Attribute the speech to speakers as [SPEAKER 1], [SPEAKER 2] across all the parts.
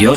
[SPEAKER 1] よ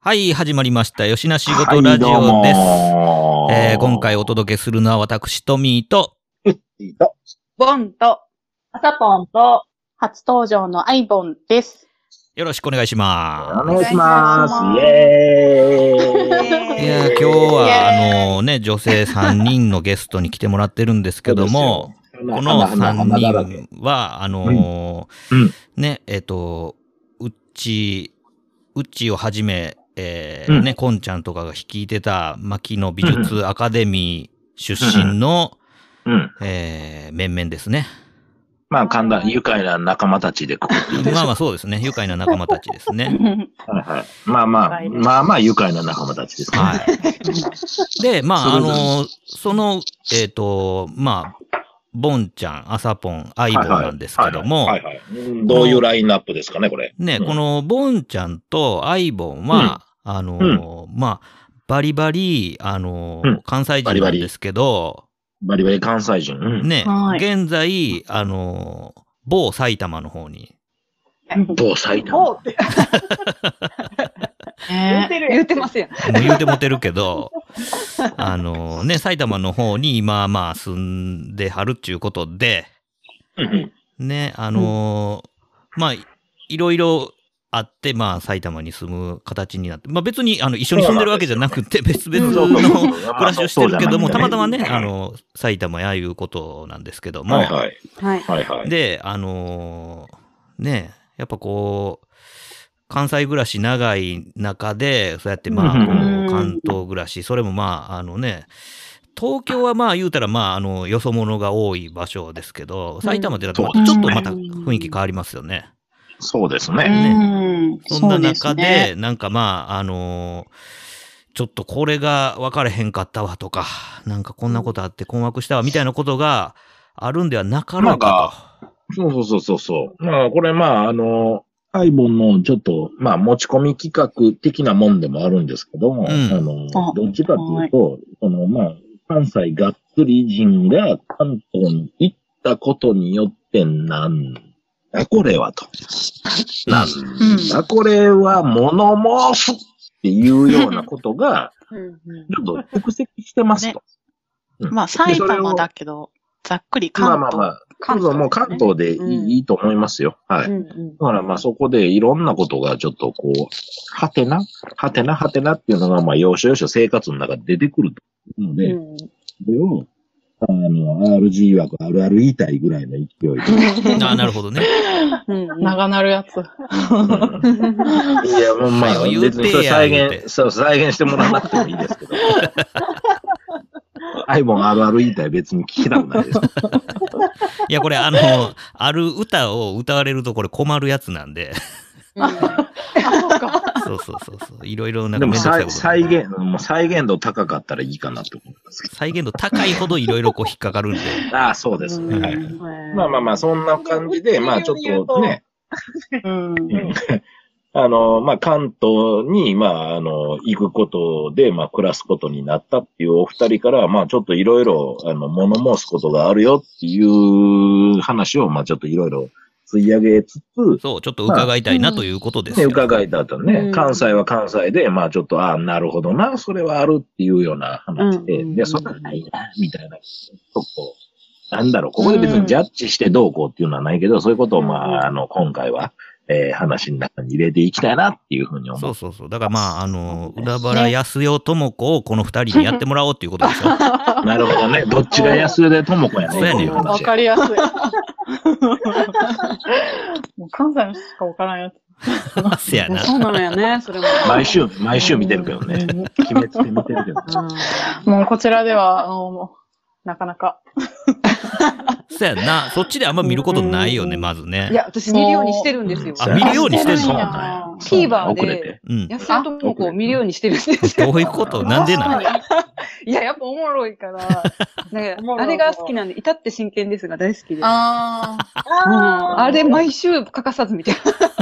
[SPEAKER 1] はい始まりましたよしな仕
[SPEAKER 2] はい
[SPEAKER 1] 事ラジ
[SPEAKER 2] どう
[SPEAKER 1] オです、
[SPEAKER 2] も
[SPEAKER 1] えー今回お届けするのは私トミーと
[SPEAKER 2] いいと
[SPEAKER 3] ボンと、朝ポンと、初登場のアイボンです。
[SPEAKER 1] よろしくお願いし
[SPEAKER 2] お
[SPEAKER 1] ま
[SPEAKER 2] 願いします。イェー
[SPEAKER 1] す
[SPEAKER 2] イ。
[SPEAKER 1] いや今日はあのね女性3人のゲストに来てもらってるんですけどもこの3人は、あのー
[SPEAKER 2] うんうん
[SPEAKER 1] ね、えっ、と、うっち、うっちをはじめ、えー
[SPEAKER 2] うん
[SPEAKER 1] ね、こんちゃんとかが率いてた、牧野美術アカデミー出身の、
[SPEAKER 2] うん。
[SPEAKER 1] えー面々ですね。
[SPEAKER 2] まあ、簡単、愉快な仲間たちでここにいる
[SPEAKER 1] まあまあそうですね、愉快な仲間たちですね。
[SPEAKER 2] はいはいまあまあ、まあまあ、愉快な仲間たちですね。
[SPEAKER 1] はい。で、まあ、あ
[SPEAKER 2] そうです
[SPEAKER 1] のーその、えっ、と、まあ、ボンちゃん、アサポン、アイボンなんですけども、
[SPEAKER 2] はいはいうんどういうラインナップですかね、これ。
[SPEAKER 1] ね、
[SPEAKER 2] うん
[SPEAKER 1] このボンちゃんとアイボンは、あのーまあ、バリバリ、あのー
[SPEAKER 2] うん
[SPEAKER 1] 関西人なんですけど、
[SPEAKER 2] バリバリ関西人。うん
[SPEAKER 1] ね、
[SPEAKER 3] はい
[SPEAKER 1] 現在、あのー某埼玉の方に、
[SPEAKER 2] 某埼
[SPEAKER 4] お
[SPEAKER 2] 玉。
[SPEAKER 4] うって言ってるやん。
[SPEAKER 3] 言ってますよ。
[SPEAKER 1] もう言うてもてる けど、あのーね、埼玉の方に今、まあ、住んではるっちゅうことで、
[SPEAKER 2] うんうん
[SPEAKER 1] ね、あのーまあ、いいろいろあって、まあ、埼玉に住む形になって、まあ別に、あの、一緒に住んでるわけじゃなくて、別々
[SPEAKER 2] そうそうそう
[SPEAKER 1] の暮らしをしてるけども、
[SPEAKER 2] まあ
[SPEAKER 1] たまたまね、
[SPEAKER 2] そうじゃ
[SPEAKER 1] あ
[SPEAKER 2] ないんだ
[SPEAKER 1] の、埼玉やいうことなんですけども、
[SPEAKER 2] はいはい。
[SPEAKER 5] はい。
[SPEAKER 2] はいはい。
[SPEAKER 1] で、あのーね、やっぱこう、関西暮らし長い中で、そうやってまあ、こう
[SPEAKER 2] うん
[SPEAKER 1] 関東暮らし、それもまあ、あのね、東京はまあ言うたらまあ、あの、よそ者が多い場所ですけど、埼玉ってなってまあ
[SPEAKER 2] そう
[SPEAKER 1] ち
[SPEAKER 2] です
[SPEAKER 1] ょっ
[SPEAKER 2] ね
[SPEAKER 1] とまた雰囲気変わりますよね。
[SPEAKER 2] そうです
[SPEAKER 3] う
[SPEAKER 2] ね。
[SPEAKER 3] ん。
[SPEAKER 1] そんな中
[SPEAKER 3] そう
[SPEAKER 1] で、
[SPEAKER 3] すね、
[SPEAKER 1] なんかまあ、あのーちょっとこれが分かれへんかったわとか、なんかこんなことあって困惑したわみたいなことがあるんではなかろうか
[SPEAKER 2] そうそうそうそうそう。まあ、これ、まあ、あの、アイボンのちょっと、まあ、持ち込み企画的なもんでもあるんですけども、
[SPEAKER 1] ん
[SPEAKER 2] あの、
[SPEAKER 3] あ
[SPEAKER 2] どっちかというと、その、まあ、関西がっつり人が関東に行ったことによってなんだこれはと。なんだこれは物申すっていうようなことが、ちょっと蓄積してますと。うん
[SPEAKER 3] まあ、埼玉だけど、ざっくり
[SPEAKER 2] まあ
[SPEAKER 3] 関
[SPEAKER 2] まあ
[SPEAKER 3] 東。
[SPEAKER 2] まあ、関東もう関東でいい,、
[SPEAKER 5] うん
[SPEAKER 2] と思いますよ。はい。だからまあそこでいろんなことがちょっとこう、はてなはてなはてなっていうのがまあ要所要所生活の中で出てくると思うので、それを、あの、RG 枠、RR 言いたいぐらいの 勢いで。
[SPEAKER 1] と。あなるほどね。
[SPEAKER 4] 長なるやつ。
[SPEAKER 2] いや、もうまあ、
[SPEAKER 1] はよ言う
[SPEAKER 2] 別
[SPEAKER 1] てや
[SPEAKER 2] にそれ再
[SPEAKER 1] 言うて
[SPEAKER 2] 現、そう、再現してもらわなくてもいいで すけど。アイボン RR 言いたい別に聞きたくないです。
[SPEAKER 1] いや、これあの、ある歌を歌われるとこれ困るやつなんで、そうそうそうそう、いろいろ なん
[SPEAKER 2] で
[SPEAKER 1] か
[SPEAKER 2] も
[SPEAKER 1] めんどくさい
[SPEAKER 2] 再
[SPEAKER 1] こと
[SPEAKER 2] 再現、もう再現度高かったらいいかなと思いますけ
[SPEAKER 1] 再現度高いほどいろいろこう引っかかるんで。
[SPEAKER 2] ど。ああ、そうですね。
[SPEAKER 1] うん
[SPEAKER 2] はいまあまあまあ、そんな感じで、まあちょっとね、
[SPEAKER 3] うん。
[SPEAKER 2] あの、まあ関東に、まああの、行くことで、まあ暮らすことになったっていうお二人から、まあちょっといろいろ、あの、物申すことがあるよっていう話を、まあちょっといろいろ吸い上げつつ、
[SPEAKER 1] そう、ちょっと伺いたいなということです
[SPEAKER 2] ね、
[SPEAKER 1] よ。
[SPEAKER 2] 伺いだと
[SPEAKER 5] う
[SPEAKER 2] ね、
[SPEAKER 5] ん
[SPEAKER 2] 関西は関西で、まあちょっと、ああ、なるほどな、それはあるっていうような話で、
[SPEAKER 5] うん
[SPEAKER 2] で、そんなんないな、みたいな、ちょっと、なんだろう、ここで別にジャッジしてどうこうっていうのはないけど、そういうことを、ま
[SPEAKER 5] うん
[SPEAKER 2] あ、あの、今回は、えー話の中に入れていきたいなっていうふうに思。
[SPEAKER 1] そううそうそう。だからまあ、あの、宇田原康代智子をこの二人にやってもらおうっていうことでしょ。
[SPEAKER 2] なるほどね。どっちが安いでともこやね
[SPEAKER 1] そうやねん
[SPEAKER 2] っていう
[SPEAKER 4] わ
[SPEAKER 2] 話
[SPEAKER 4] かりやすい。もう関西の人しかわからんやつ。
[SPEAKER 1] せやな。
[SPEAKER 5] そうなのよ ね、それも。
[SPEAKER 2] 毎週、毎週見てるけどね。鬼滅で見てるけど。
[SPEAKER 4] もうこちらでは、あの、もう、なかなか。
[SPEAKER 1] せやな。そっちであんま見ることないよね、まずね。
[SPEAKER 5] いや、私見るようにしてるんですよ。
[SPEAKER 1] あ見るようにしてんの
[SPEAKER 2] そうなんやそうなんや
[SPEAKER 5] TVer で
[SPEAKER 2] 遅れて
[SPEAKER 1] うん。
[SPEAKER 5] 安田智子を見るようにしてるんですよ。
[SPEAKER 1] どういうことなんでなん
[SPEAKER 4] いいや、やっぱおもろいから、なん
[SPEAKER 3] おも
[SPEAKER 4] か
[SPEAKER 3] ろい
[SPEAKER 4] あれが好きなんで、至って真剣ですが大好きです。
[SPEAKER 6] ああ。
[SPEAKER 4] うんあれ、毎週欠かさず見てる。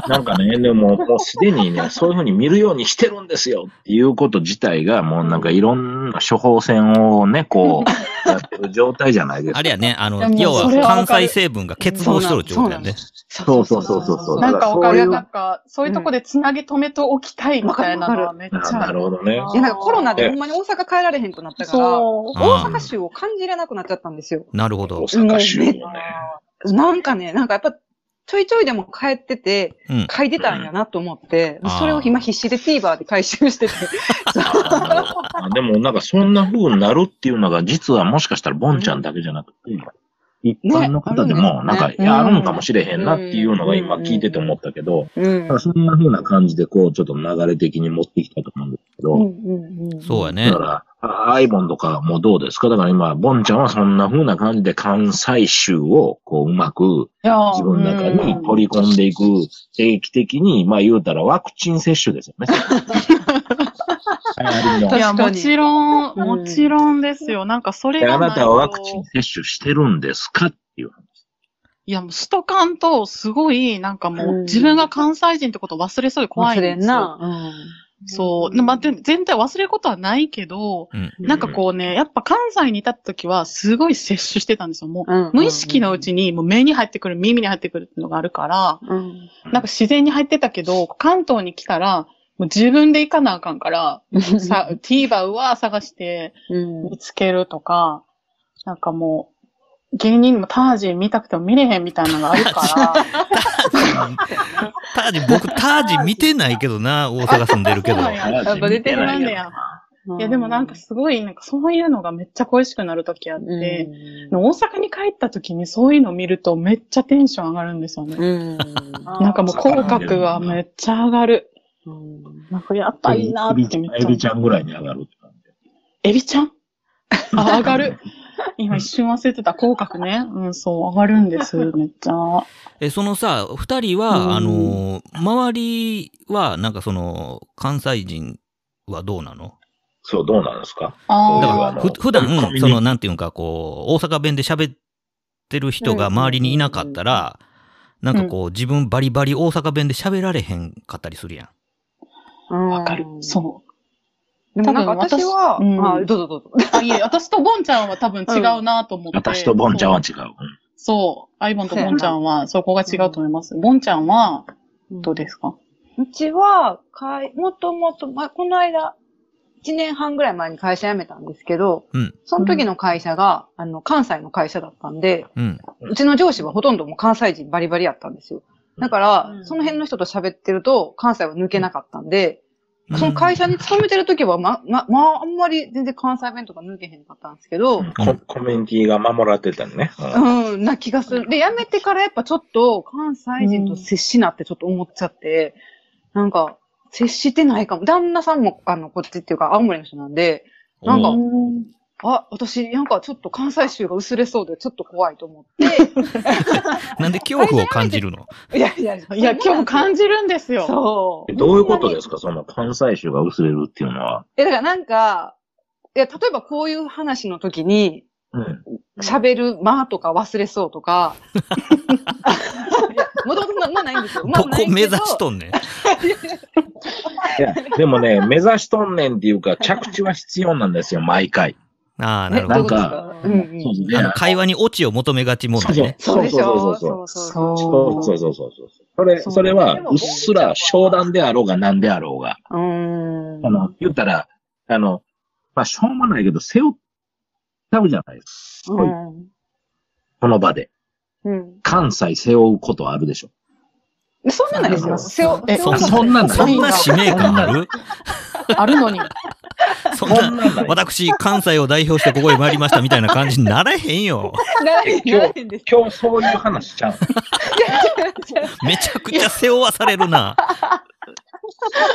[SPEAKER 2] なんか ね、でももうすでにね、そういうふうに見るようにしてるんですよっていうこと自体が、もうなんかいろんな処方箋をね、こ う、やってる状態じゃないですか
[SPEAKER 1] あ。れやね、あの
[SPEAKER 4] で、も
[SPEAKER 1] 要は
[SPEAKER 4] それはわ
[SPEAKER 1] 関
[SPEAKER 4] かる
[SPEAKER 1] 西成分が欠乏しとる状態やね。
[SPEAKER 2] そうそうそうそうそう。
[SPEAKER 4] な
[SPEAKER 2] だら
[SPEAKER 4] んかわ
[SPEAKER 2] そ
[SPEAKER 4] か
[SPEAKER 2] うい
[SPEAKER 4] る。
[SPEAKER 2] う
[SPEAKER 4] なんか、そういうとこでつなぎ止めとおきたいみたいなのはめっちゃ
[SPEAKER 2] あな
[SPEAKER 4] ある。
[SPEAKER 2] るほどね。
[SPEAKER 4] いや、なんかコロナでほんまに大阪帰られへんくなったから、
[SPEAKER 3] そう。
[SPEAKER 1] あ
[SPEAKER 4] 大
[SPEAKER 1] ー
[SPEAKER 4] 阪州を感じれなくなっちゃったんですよ。
[SPEAKER 1] なるほ
[SPEAKER 2] 大
[SPEAKER 1] ど。
[SPEAKER 2] 阪州をね。
[SPEAKER 4] なんかね、なんかやっぱ、ちょいちょいでも帰ってて、
[SPEAKER 1] うん。
[SPEAKER 4] 書いてたんやなと思って、
[SPEAKER 1] うん
[SPEAKER 4] それを今必死で TVer で回収してて。
[SPEAKER 2] あでもなんかそんな風になるっていうのが、実はもしかしたらボンちゃんだけじゃなくて、一般の方でも、
[SPEAKER 4] ね
[SPEAKER 2] なんか、い
[SPEAKER 4] あるんですね
[SPEAKER 2] やあるのかもしれへんなっていうのが今聞いてて思ったけど、
[SPEAKER 4] うん。
[SPEAKER 2] そんな風な感じでこう、ちょっと流れ的に持っていきたいと思うんですけど、
[SPEAKER 1] そうやね
[SPEAKER 2] だ。から、あアイボンとかもどうですかだから今、ボンちゃんはそんな風な感じで関西州をこう、うまく自分の中に取り込んでいく、定期的に、まあ言うたらワクチン接種ですよね。流行りの
[SPEAKER 6] い
[SPEAKER 4] 確か
[SPEAKER 6] や、
[SPEAKER 4] に
[SPEAKER 6] もちろん、
[SPEAKER 4] うん
[SPEAKER 6] もちろんですよ。なんかそれ
[SPEAKER 2] で
[SPEAKER 6] が
[SPEAKER 2] あ
[SPEAKER 6] ない
[SPEAKER 2] な
[SPEAKER 6] と。
[SPEAKER 2] たはワクチン接種してるんですかっていう。
[SPEAKER 6] いや、もうストカンと、すごい、なんかもう
[SPEAKER 4] う、ん
[SPEAKER 6] 自分が関西人ってことを忘れそうで怖いん
[SPEAKER 4] 忘
[SPEAKER 6] で
[SPEAKER 4] れ
[SPEAKER 6] すよ。
[SPEAKER 4] んな。
[SPEAKER 6] そう。でまあ、で全体忘れることはないけど、
[SPEAKER 1] うん。
[SPEAKER 6] なんかこうね、やっぱ関西にいた時は、すごい摂取してたんですよ。もう、
[SPEAKER 4] うん
[SPEAKER 6] 無意識のうちに、もう目に入ってくる、耳に入ってくるっていうのがあるから、
[SPEAKER 4] うん。
[SPEAKER 6] なんか自然に入ってたけど、関東に来たら、もう自分で行かなあかんから、さ、TVer は探して、
[SPEAKER 4] うん。
[SPEAKER 6] 見つけるとか、なんかもう、芸人にもタージン見たくても見れへんみたいなのがある から、
[SPEAKER 1] タージン、僕、タージン見てないけどな、大阪住んでるけど
[SPEAKER 6] そう。なんや
[SPEAKER 4] やっぱ出て
[SPEAKER 6] こないんだよいやでもなんかすごい、なんかそういうのがめっちゃ恋しくなる時あっ
[SPEAKER 4] うん、
[SPEAKER 6] て、大阪に帰った時にそういうの見るとめっちゃテンション上がるんですよね。
[SPEAKER 4] うん。
[SPEAKER 6] なんかもう口角がめっちゃ上がる。なんかやっぱいいなってめっち
[SPEAKER 2] エ
[SPEAKER 6] ゃ
[SPEAKER 2] ビちゃんぐらいに上がるって感じ。
[SPEAKER 6] エビちゃんあ、上がる。今一瞬忘れてた口角ね。うん、そう、上がるんです。めっちゃ。
[SPEAKER 1] え、そのさ、二人
[SPEAKER 6] うん
[SPEAKER 1] は、あのー、周りは、なんかその、関西人はどうなの
[SPEAKER 2] そう、どうなんですか
[SPEAKER 6] あ
[SPEAKER 2] だ
[SPEAKER 6] ー
[SPEAKER 1] だ
[SPEAKER 2] から
[SPEAKER 1] から、ふ普段
[SPEAKER 2] コミュニ、
[SPEAKER 1] その、なんていうんか、こう、大阪弁で喋ってる人が周りにいなかったら、なんかこう、自分バリバリ大阪弁で喋られへんかったりするやん。
[SPEAKER 6] わかる。そう。
[SPEAKER 4] う。でもなんか私は、
[SPEAKER 6] 多分私うん
[SPEAKER 4] あどうぞどうぞ。
[SPEAKER 6] あ、いえ、私とボンちゃんは多分違うなと思って。
[SPEAKER 2] 私とボンちゃんは違う。
[SPEAKER 6] そう。そう。アイボンとボンちゃんは、そこが違うと思います。ボンちゃんは、どうですか
[SPEAKER 4] うちは、かい、もともと、まあ、この間、1年半ぐらい前に会社辞めたんですけど、
[SPEAKER 1] うん
[SPEAKER 4] その時の会社が、あの、関西の会社だったんで、
[SPEAKER 1] うん。
[SPEAKER 4] うちの上司はほとんどもう関西人バリバリやったんですよ。だから、
[SPEAKER 6] うん
[SPEAKER 4] その辺の人と喋ってると、関西は抜けなかったんで、
[SPEAKER 1] うん
[SPEAKER 4] その会社に勤めてる時は、ま、ま、まあ、あんまり全然関西弁とか抜けへんかったんですけど、
[SPEAKER 2] うんココミュニティが守られてたね。うん
[SPEAKER 4] うん、な気がする。で、辞めてからやっぱちょっと関西人と接しなってちょっと思っちゃって、なんか、接してないかも。旦那さんも、あの、こっちっていうか、青森の人なんで、なんか
[SPEAKER 1] おう
[SPEAKER 4] あ、私、なんかちょっと関西州が薄れそうで、ちょっと怖いと思って。
[SPEAKER 1] なんで恐怖を感じるの
[SPEAKER 4] いやいや、
[SPEAKER 6] いや、今日感
[SPEAKER 4] じ
[SPEAKER 6] じるんですよ。
[SPEAKER 4] そう。
[SPEAKER 2] どういうこと
[SPEAKER 4] す
[SPEAKER 2] ですかその関西州が薄れるっていうのは。
[SPEAKER 4] え、だからなんか、いや、例えばこういう話の時に、
[SPEAKER 2] うん。
[SPEAKER 4] 喋る間とか忘れそうと か、いやもともとまあまあないんですよ。まあ
[SPEAKER 1] どこ目指し
[SPEAKER 4] ない
[SPEAKER 1] とんねん。
[SPEAKER 2] いや、でもね、 目指しとんねんっていうか、着地は必要なんですよ、毎回。
[SPEAKER 1] ああ、な
[SPEAKER 4] け
[SPEAKER 1] る
[SPEAKER 4] ど。
[SPEAKER 1] ほ
[SPEAKER 2] な
[SPEAKER 1] ど
[SPEAKER 2] ん。か
[SPEAKER 4] えどういうことですかうんうん。
[SPEAKER 1] あの会話にオチを求めがち問題ね。
[SPEAKER 2] そ
[SPEAKER 4] そうう
[SPEAKER 2] そうそうそう。
[SPEAKER 4] そうそうそう。
[SPEAKER 6] そ
[SPEAKER 2] そうそうそうそうそう。それ、それは、うっすら商談であろうが何であろうが。
[SPEAKER 4] うーん。
[SPEAKER 2] あの、言ったら、あの、まあ、しょうもないけど、背負っちゃうじゃないですか。
[SPEAKER 4] うん。
[SPEAKER 2] この場で。
[SPEAKER 4] うん。
[SPEAKER 2] 関西背負うことあるでしょ。
[SPEAKER 4] そんなないですよ。背負
[SPEAKER 6] え
[SPEAKER 4] 背負わ
[SPEAKER 1] そ
[SPEAKER 4] せ
[SPEAKER 1] ん
[SPEAKER 2] そんなんない
[SPEAKER 1] そんな使命感ある
[SPEAKER 6] あるのに。
[SPEAKER 1] そん
[SPEAKER 2] そん
[SPEAKER 1] な、
[SPEAKER 2] なんない。
[SPEAKER 1] 私、関西を代表してここへ参りましたみたいな感じになれへんよ。
[SPEAKER 4] ない
[SPEAKER 2] 今日
[SPEAKER 4] ないんです。
[SPEAKER 2] 今日そういう話しちゃう。
[SPEAKER 1] めちゃくちゃ背負わされるな。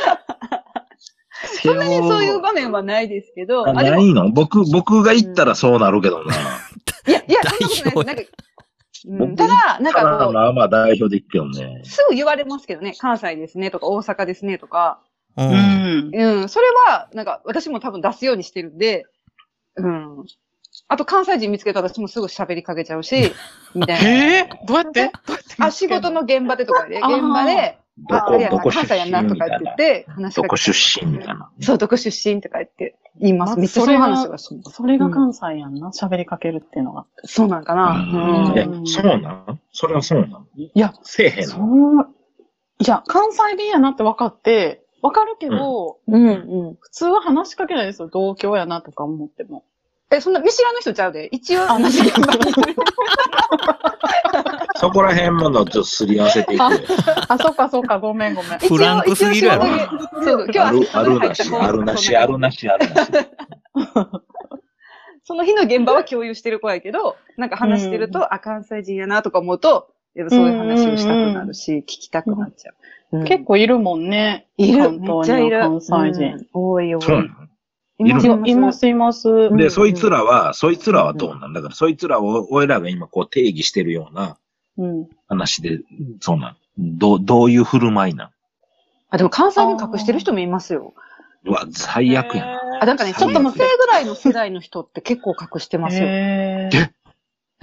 [SPEAKER 2] そんな
[SPEAKER 4] 別に そういう場面はないですけど、あ、で
[SPEAKER 2] な
[SPEAKER 4] も、い
[SPEAKER 2] いの僕、僕が言ったらそうなるけどな。
[SPEAKER 4] や、いや、そんなことないです。なんか、うんただ、なん
[SPEAKER 2] カナ
[SPEAKER 4] か
[SPEAKER 2] ダ
[SPEAKER 4] こう
[SPEAKER 2] の、アマ代表で行くけどね。
[SPEAKER 4] すぐ言われますけどね、関西ですねとか大阪ですねとか、
[SPEAKER 1] う。
[SPEAKER 6] うんん。
[SPEAKER 4] うん、それは、なんか私も多分出すようにしてるんで、うん。あと関西人見つけたら私もすぐ喋りかけちゃうし、みたいな。
[SPEAKER 6] えー、どうやってどうやって
[SPEAKER 4] あ、仕事の現場でとかで、現
[SPEAKER 6] あー
[SPEAKER 4] 場で、
[SPEAKER 2] ど
[SPEAKER 4] あ、あ
[SPEAKER 2] こ
[SPEAKER 4] れ、や
[SPEAKER 2] ど
[SPEAKER 4] な、
[SPEAKER 2] こ
[SPEAKER 4] 関
[SPEAKER 2] 出
[SPEAKER 4] 西やな
[SPEAKER 2] 身
[SPEAKER 4] と
[SPEAKER 2] み
[SPEAKER 4] か
[SPEAKER 2] た
[SPEAKER 4] って
[SPEAKER 2] い
[SPEAKER 4] 言
[SPEAKER 2] な
[SPEAKER 4] っ。て、話し
[SPEAKER 2] ど
[SPEAKER 4] か
[SPEAKER 2] こ
[SPEAKER 4] けて。
[SPEAKER 2] 出身みたいな。
[SPEAKER 4] そう、どこ出身とか言って言いま。
[SPEAKER 6] ますず
[SPEAKER 4] めっちゃその話はします。
[SPEAKER 6] それが関西やんな、喋りかけるっていうのが。
[SPEAKER 4] そうなんかな。
[SPEAKER 6] ん
[SPEAKER 4] う
[SPEAKER 2] え
[SPEAKER 4] ん。、
[SPEAKER 2] そうなんそれはそうなんい
[SPEAKER 6] や、
[SPEAKER 2] せえへん
[SPEAKER 6] そ
[SPEAKER 2] の
[SPEAKER 6] う、いや、関西弁やなって分かって、分かるけど、
[SPEAKER 4] うんうん。
[SPEAKER 6] 普通は話しかけないですよ、同郷やなとか思っても。
[SPEAKER 4] え、そんな見知らぬ人ちゃうで。一応、
[SPEAKER 6] 同じ現場に
[SPEAKER 2] そこら辺ものちょっとすり合わせていくよ。
[SPEAKER 6] あ、そっかそっか、ごめんごめん。
[SPEAKER 1] フランクすぎるやろ
[SPEAKER 4] 一応仕事でそうそう、今日
[SPEAKER 2] あ
[SPEAKER 4] は
[SPEAKER 2] る、あるなし、
[SPEAKER 4] その
[SPEAKER 2] あるなし、あるなし、あるなし。
[SPEAKER 4] その日の現場は共有してる子やけど、なんか話してると、あ、関西人やなとか思うと、やっぱそういう話をしたくなるし、聞きたくなっちゃう。うん
[SPEAKER 6] 結構いるもんね。
[SPEAKER 4] いる、
[SPEAKER 6] 関東
[SPEAKER 4] めっ
[SPEAKER 6] には
[SPEAKER 4] ちゃいる。
[SPEAKER 6] 関西人。
[SPEAKER 4] うん多い多い。
[SPEAKER 2] そうなの
[SPEAKER 4] います
[SPEAKER 2] い
[SPEAKER 6] いま。す、います。うん
[SPEAKER 2] で、そいつらは、そいつらはどうなんだから、そいつらを、俺らが今こう定義してるような
[SPEAKER 6] うん。
[SPEAKER 2] 話で、そうなん。どう、どういう振る舞いなん
[SPEAKER 4] あ、でも関西弁隠してる人もいますよ。
[SPEAKER 2] うわ、最悪やな。
[SPEAKER 4] あ、なんかね、ちょっとのせいぐらいの世代の人って結構隠してますよ。
[SPEAKER 6] へ
[SPEAKER 2] え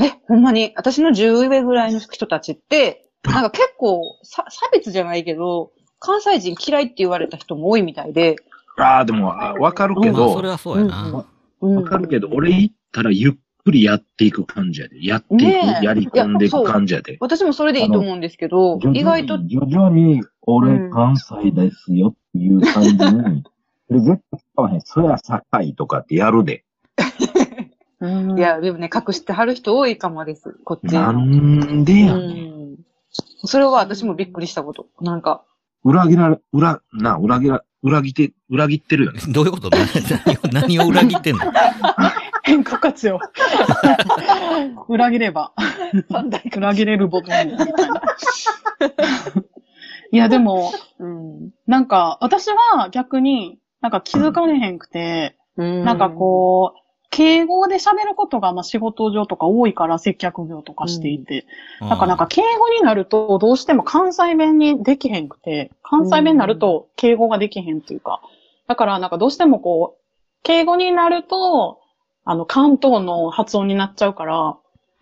[SPEAKER 6] ー
[SPEAKER 4] え、ほんまに、私の10上ぐらいの人たちって、なんか結構、さ差別じゃないけど、関西人嫌いって言われた人も多いみたいで。
[SPEAKER 2] ああ、でも、あわかるけ
[SPEAKER 1] まあ
[SPEAKER 2] ど、
[SPEAKER 1] それはそうや
[SPEAKER 4] うん
[SPEAKER 1] な。
[SPEAKER 4] わ
[SPEAKER 2] わかるけど、俺行ったらゆっくりやっていく感じやで。やっていく、
[SPEAKER 4] ねえ
[SPEAKER 2] やり込んでいく感じやで。
[SPEAKER 4] 私もそれでいいと思うんですけど、意外と、
[SPEAKER 2] 徐々に、
[SPEAKER 4] うん
[SPEAKER 2] 西ですよっていう感じに、で、絶対使わへん。そりゃ堺とかってやるで。
[SPEAKER 6] うん
[SPEAKER 4] いや、でもね、隠してはる人多いかもです、こっち。
[SPEAKER 2] なんでや
[SPEAKER 4] う
[SPEAKER 2] ねん。
[SPEAKER 4] ん。それは私もびっくりしたこと。なんか、
[SPEAKER 2] 裏切られ、裏、な、裏切ら、裏切って、裏切ってるよね。
[SPEAKER 1] どういうことな何を何を裏切 ってんの
[SPEAKER 6] 変化活用。 裏切れば。裏切れる僕も。みたいな いや、でも、
[SPEAKER 4] うん。
[SPEAKER 6] なんか、私は逆に、なんか気づかれへんくて、
[SPEAKER 4] な
[SPEAKER 6] なんかこう、敬語で喋ることがまあ仕事上とか多いから接客業とかしていて、だからなんか敬語になるとどうしても関西弁にできへんくて、関西弁になると敬語ができへんというか、だからなんかどうしてもこう、敬語になると、あの、関東の発音になっちゃうから、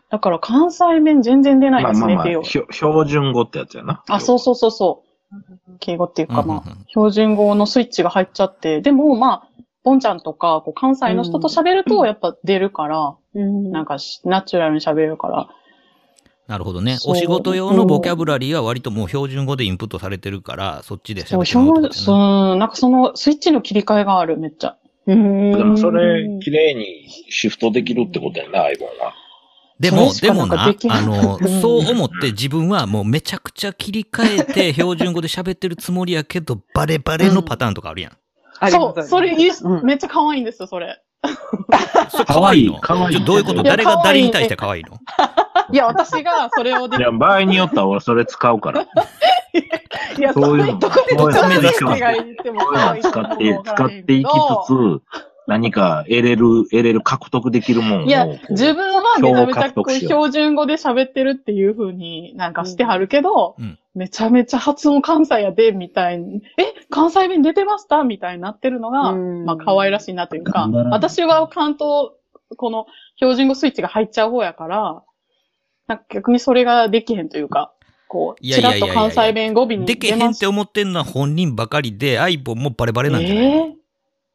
[SPEAKER 6] だから関西弁全然出ない
[SPEAKER 2] まあ
[SPEAKER 6] です
[SPEAKER 2] まあ
[SPEAKER 6] ね
[SPEAKER 2] ま
[SPEAKER 6] っていう
[SPEAKER 2] あ、。ひょ標準語ってやつやな。
[SPEAKER 6] あ、そうそうそうそう。敬語っていうかまあ
[SPEAKER 1] うんうんうん、
[SPEAKER 6] 標準語のスイッチが入っちゃって、でもまあ、ボンちゃんとか、こう関西の人と喋るとやっぱ出るから、
[SPEAKER 4] うん、
[SPEAKER 6] なんかしナチュラルに喋れるから、
[SPEAKER 1] なるほどね。
[SPEAKER 6] そう
[SPEAKER 1] お仕事用のボキャブラリーは割ともう標準語でインプットされてるから、そっちで喋ってもらうってことやな
[SPEAKER 6] そう、なんかそのスイッチの切り替えがある、めっちゃ。
[SPEAKER 4] うん、
[SPEAKER 2] でもそれ、綺麗にシフトできるってことやな、アイボンは。
[SPEAKER 1] で
[SPEAKER 6] そ
[SPEAKER 1] も、
[SPEAKER 6] れし
[SPEAKER 1] で
[SPEAKER 6] かな
[SPEAKER 1] も
[SPEAKER 6] んか
[SPEAKER 1] な
[SPEAKER 6] でき、な
[SPEAKER 1] あ
[SPEAKER 6] い
[SPEAKER 1] の
[SPEAKER 6] う、ん
[SPEAKER 1] そう思って自分はもうめちゃくちゃ切り替えて標準語で喋ってるつもりやけど、バレバレのパターンとかあるやん。
[SPEAKER 4] ありがと
[SPEAKER 6] そう
[SPEAKER 4] ご
[SPEAKER 6] う、
[SPEAKER 4] ざいます
[SPEAKER 6] それいいっす、
[SPEAKER 4] うん
[SPEAKER 6] めっちゃ可愛いんですよ、それ。
[SPEAKER 1] それ
[SPEAKER 2] 可愛い
[SPEAKER 1] の
[SPEAKER 2] 可愛い
[SPEAKER 1] ちょどういうこと
[SPEAKER 6] いや
[SPEAKER 1] 誰が
[SPEAKER 6] 可愛い、
[SPEAKER 1] 誰に対して可愛いの
[SPEAKER 6] いや、私がそれをで
[SPEAKER 2] い、や、場合によっては俺それ使うから。
[SPEAKER 6] いや、
[SPEAKER 2] そういうの
[SPEAKER 6] どこで
[SPEAKER 2] そういうの
[SPEAKER 6] 使う
[SPEAKER 2] 目
[SPEAKER 6] の
[SPEAKER 2] 指すわ
[SPEAKER 6] 人が言っても
[SPEAKER 2] そういう
[SPEAKER 6] 可
[SPEAKER 2] の
[SPEAKER 6] 愛い
[SPEAKER 2] 使って、使っていきつ
[SPEAKER 6] つ
[SPEAKER 2] つ、何か得れる、得れる、獲得できるもんを。
[SPEAKER 6] いや
[SPEAKER 2] こ、う
[SPEAKER 6] 自分はめちゃめ
[SPEAKER 2] 票
[SPEAKER 6] ちゃ
[SPEAKER 2] を獲
[SPEAKER 6] こ
[SPEAKER 2] 得
[SPEAKER 6] う
[SPEAKER 2] しよ
[SPEAKER 6] 標準語で喋ってるっていう風になんかしてはるけど、
[SPEAKER 1] うん
[SPEAKER 6] めちゃめちゃ発音関西やで、みたいに、え、関西弁出てましたみたいになってるのが、
[SPEAKER 4] うん
[SPEAKER 6] まあ可愛らしいなというか
[SPEAKER 2] 頑張ら、ない
[SPEAKER 6] 私は関東、この標準語スイッチが入っちゃう方やから、なんか逆にそれができへんというか、こう、
[SPEAKER 1] いや
[SPEAKER 6] ち
[SPEAKER 1] いや
[SPEAKER 6] ら
[SPEAKER 1] い
[SPEAKER 6] っ
[SPEAKER 1] や
[SPEAKER 6] と
[SPEAKER 1] いやいや
[SPEAKER 6] 関西弁語尾に
[SPEAKER 1] でけ
[SPEAKER 6] 出
[SPEAKER 1] へん
[SPEAKER 6] ま
[SPEAKER 1] っ
[SPEAKER 6] して
[SPEAKER 1] 思ってんのは本人ばかりで、アイボンもバレバレなんじゃない
[SPEAKER 6] えー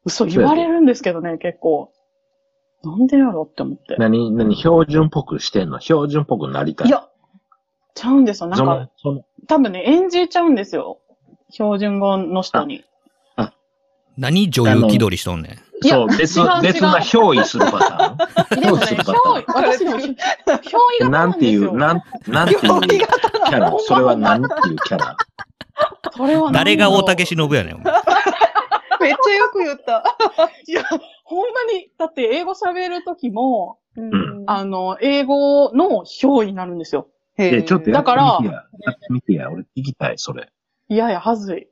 [SPEAKER 6] 嘘言われるんですけどね、結構。なんでやろって思って。
[SPEAKER 2] 何、何、標準っぽくしてんの標準っぽくなりたい。
[SPEAKER 6] いや、ちゃうんですよ。なん
[SPEAKER 2] そ
[SPEAKER 6] か
[SPEAKER 2] の、、その、
[SPEAKER 6] 多分ね、演じちゃうんですよ。標準語の人 に。
[SPEAKER 1] 何女優気取りしとんねん。
[SPEAKER 6] いや
[SPEAKER 2] そう、別
[SPEAKER 6] 違う違、う
[SPEAKER 2] 別な憑依するパターン。
[SPEAKER 6] でもね、
[SPEAKER 2] 憑依する
[SPEAKER 6] 憑
[SPEAKER 2] パタ
[SPEAKER 6] 依、私も、憑依
[SPEAKER 2] ーン。な
[SPEAKER 6] 型なんん
[SPEAKER 2] て
[SPEAKER 6] で
[SPEAKER 2] い
[SPEAKER 6] す
[SPEAKER 2] う、
[SPEAKER 6] よ。
[SPEAKER 2] なん、なんていうキャラ。それはなんていうキャラ。
[SPEAKER 6] それはなんだろう
[SPEAKER 1] 誰が大竹しのぶやねん。お前
[SPEAKER 4] めっちゃよく言 った。
[SPEAKER 6] いや、ほんまに、だって英語喋るときも、
[SPEAKER 2] ん
[SPEAKER 6] あの、英語の憑依になるんですよ。
[SPEAKER 4] へ
[SPEAKER 2] え、
[SPEAKER 4] ー
[SPEAKER 2] ちょっとやってみてや。やってみてや。俺聞きたい、それ。
[SPEAKER 6] いやいや、は ずい。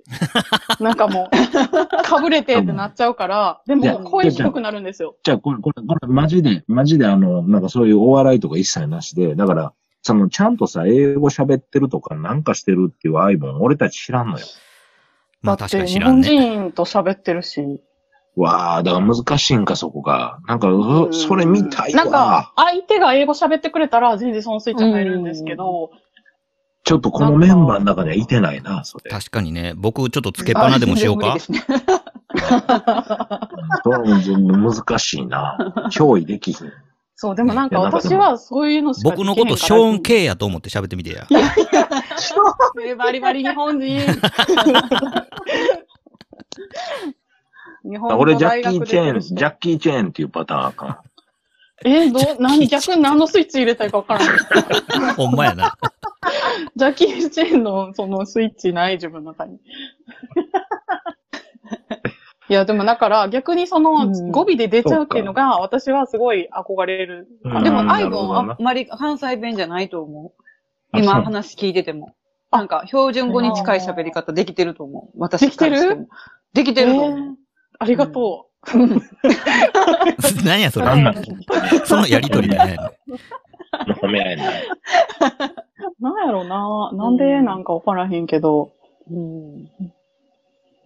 [SPEAKER 6] なんかもう、かぶれてってなっちゃうから、で
[SPEAKER 2] いや
[SPEAKER 6] も声低くなるんですよ。
[SPEAKER 2] じゃあ、これ、これ、これ、マジで、マジで、あの、なんかそういうお笑いとか一切なしで、だから、その、ちゃんとさ、英語喋ってるとか、なんかしてるっていうアイボン、俺たち知らんのよ。
[SPEAKER 1] まあ
[SPEAKER 6] だっ
[SPEAKER 1] 確か
[SPEAKER 6] て
[SPEAKER 1] に知
[SPEAKER 6] 日
[SPEAKER 1] らん
[SPEAKER 6] 本
[SPEAKER 1] ね。
[SPEAKER 6] 人と喋ってるし。
[SPEAKER 2] わあ、だから難しいんか、そこが。なんか、
[SPEAKER 4] う
[SPEAKER 2] うんそれ見たい
[SPEAKER 6] なんか
[SPEAKER 2] わ。、
[SPEAKER 6] 相手が英語喋ってくれたら、全然そのスイッチ入るんですけど、
[SPEAKER 2] ちょっとこのメンバーの中にはいてないな、それ。
[SPEAKER 1] 確かにね、僕ちょっとつけっぱなでもしようか。
[SPEAKER 2] それは難しいな。憑依できひん。
[SPEAKER 6] そう、でもなんか
[SPEAKER 2] いやなんか
[SPEAKER 6] 私はそういうのしか
[SPEAKER 1] 僕のことショーン・K やと思って喋ってみてや。
[SPEAKER 6] ー。バリバリ日本 人。日本
[SPEAKER 2] 俺、
[SPEAKER 6] の
[SPEAKER 2] ジャッ
[SPEAKER 6] 大
[SPEAKER 2] キー・
[SPEAKER 6] 学出
[SPEAKER 2] チェ
[SPEAKER 6] て
[SPEAKER 2] ーン、
[SPEAKER 6] る
[SPEAKER 2] ジ
[SPEAKER 6] し
[SPEAKER 2] ャッキー・チェーンっていうパターンあかん。
[SPEAKER 6] え、どう、何、逆に何のスイッチ入れたいかわからない。
[SPEAKER 1] ほんまやな。
[SPEAKER 6] ジャッキー・チェンのそのスイッチない自分の中に。 いや、でもだから逆にその
[SPEAKER 4] うん
[SPEAKER 6] 語尾で出ちゃうっていうのが私はすごい憧れる。
[SPEAKER 2] うん
[SPEAKER 4] でも、
[SPEAKER 2] な
[SPEAKER 4] アイ
[SPEAKER 2] るほ
[SPEAKER 4] ボ
[SPEAKER 2] ど
[SPEAKER 4] ン
[SPEAKER 2] な
[SPEAKER 4] あんまり関西弁じゃないと思う。
[SPEAKER 2] あそ
[SPEAKER 4] 今
[SPEAKER 2] う
[SPEAKER 4] 話聞いてても。なんか、標準語に近い喋り方できてると思う。私
[SPEAKER 6] できてる
[SPEAKER 4] からしてもできてると思う。
[SPEAKER 6] ありがと
[SPEAKER 1] 何やそれ
[SPEAKER 2] なんなの
[SPEAKER 1] そのやりとりだね。
[SPEAKER 2] 褒められない。
[SPEAKER 6] う。なんやろな。なんでなんかわからへんけど。
[SPEAKER 4] うん。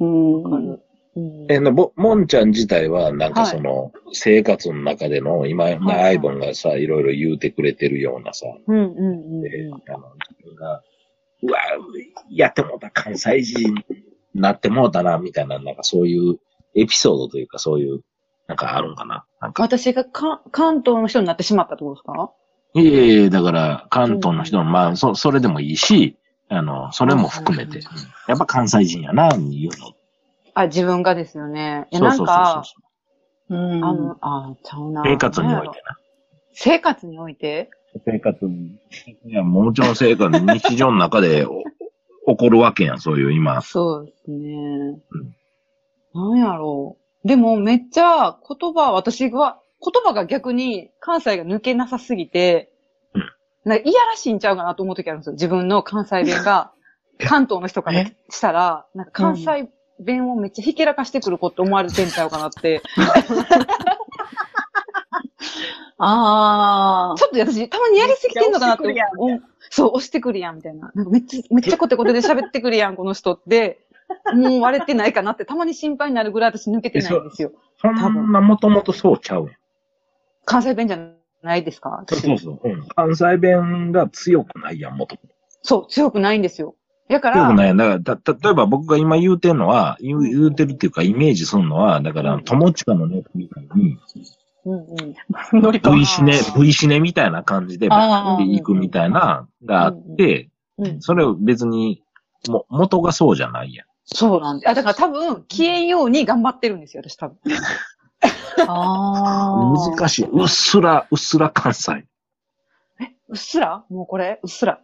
[SPEAKER 6] うん。
[SPEAKER 4] うん
[SPEAKER 2] え、な、ぼ、もんちゃん自体は、なんか
[SPEAKER 4] はい
[SPEAKER 2] その、生活の中での、今、まあ
[SPEAKER 4] はい
[SPEAKER 2] アイボンがさ、いろいろ言うてくれてるようなさ、
[SPEAKER 4] うんうんうん
[SPEAKER 2] で
[SPEAKER 4] う
[SPEAKER 2] あの、自分が、うわ、やってもうた、関西人になってもうたな、みたいな、なんかそういうエピソードというか、そういう、なんかあるんかな。なん
[SPEAKER 4] ん。
[SPEAKER 2] か、
[SPEAKER 4] 私がか関東の人になってしまったってことですか
[SPEAKER 2] いえいえ、だから、関東の人も、まあ、そ、それでもいいし、あの、それも含めて、うんやっぱ関西人やな、いうの。
[SPEAKER 4] あ、自分がですよね。いや、
[SPEAKER 2] そうそうそ
[SPEAKER 4] なん
[SPEAKER 2] う
[SPEAKER 4] か、
[SPEAKER 2] そう。
[SPEAKER 6] うん。
[SPEAKER 4] あの、あ、ちゃうな。
[SPEAKER 2] 生活においてな。
[SPEAKER 4] 生活において
[SPEAKER 2] 生活に、いや、もちろん生活、日常の中でお起こるわけやん、そういう今。
[SPEAKER 4] そうですね。なんやろう。でもめっちゃ言葉、私は、言葉が逆に関西が抜けなさすぎて、
[SPEAKER 2] うん
[SPEAKER 4] なんかいやらしいんちゃうかなと思う時あるんですよ。自分の関西弁が、関東の人からしたら、なんか関西弁をめっちゃひけらかしてくる子って思われてんちゃうかなって。
[SPEAKER 6] あ
[SPEAKER 4] ちょっと私、たまにやりすぎてんのかなって
[SPEAKER 6] めっちゃ押してくるやんみ
[SPEAKER 4] 思う。そう、押してくるやん、みたいな。なんかめっちゃ、めっちゃコテコテで喋ってくるやん、この人って。もう割れてないかなって、たまに心配になるぐらい私抜けてないんですよ。
[SPEAKER 2] そ
[SPEAKER 4] 多
[SPEAKER 2] んな
[SPEAKER 4] 分
[SPEAKER 2] もともとそうちゃうやん。
[SPEAKER 4] 関西弁じゃないですか私
[SPEAKER 2] そうそう、うん関西弁が強くないやん、もともと。
[SPEAKER 4] そう、強くないんですよ。だから、
[SPEAKER 2] 強くないやん。だから、た、例えば僕が今言うてんのは、言う言うてるっていうか、イメージするのは、だから、友近のネタみたいに、
[SPEAKER 4] うんうん。
[SPEAKER 6] あ、ノリか。
[SPEAKER 2] V シネ、V シネみたいな感じで、バーって行くみたいな、があって、
[SPEAKER 4] うんうん
[SPEAKER 2] それを別に、も、元がそうじゃないやん。
[SPEAKER 4] そうなんです。あ、だから多分、消えんように頑張ってるんですよ、私多分。
[SPEAKER 6] あー
[SPEAKER 2] 難しい。うっすら、うっすら関西。
[SPEAKER 4] うっすらもうこれうっすら。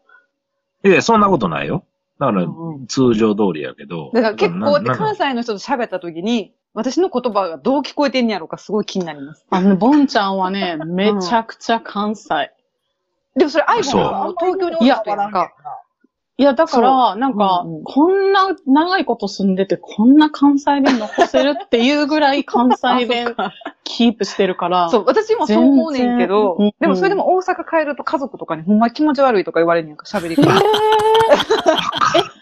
[SPEAKER 2] いや、そんなことないよ。だから、
[SPEAKER 4] うん
[SPEAKER 2] 通常通りやけど。
[SPEAKER 4] だから結構って
[SPEAKER 2] なな
[SPEAKER 4] 関西の人と喋った時に、私の言葉がどう聞こえてんやろうかすごい気になります。
[SPEAKER 6] あの、ボンちゃんはね、めちゃくちゃ関西。
[SPEAKER 4] でもそれ、アイボン
[SPEAKER 2] そう
[SPEAKER 4] はもう東京におる人やんか。
[SPEAKER 6] いや、だから、なんか、
[SPEAKER 4] うんうん
[SPEAKER 6] こんな長いこと住んでて、こんな関西弁残せるっていうぐらい関西 弁キープしてるから。
[SPEAKER 4] そう、私もそう思うねんけど
[SPEAKER 6] 全然うん、
[SPEAKER 4] でもそれでも大阪帰ると家族とかにほんま気持ち悪いとか言われんねんか、喋り方。だか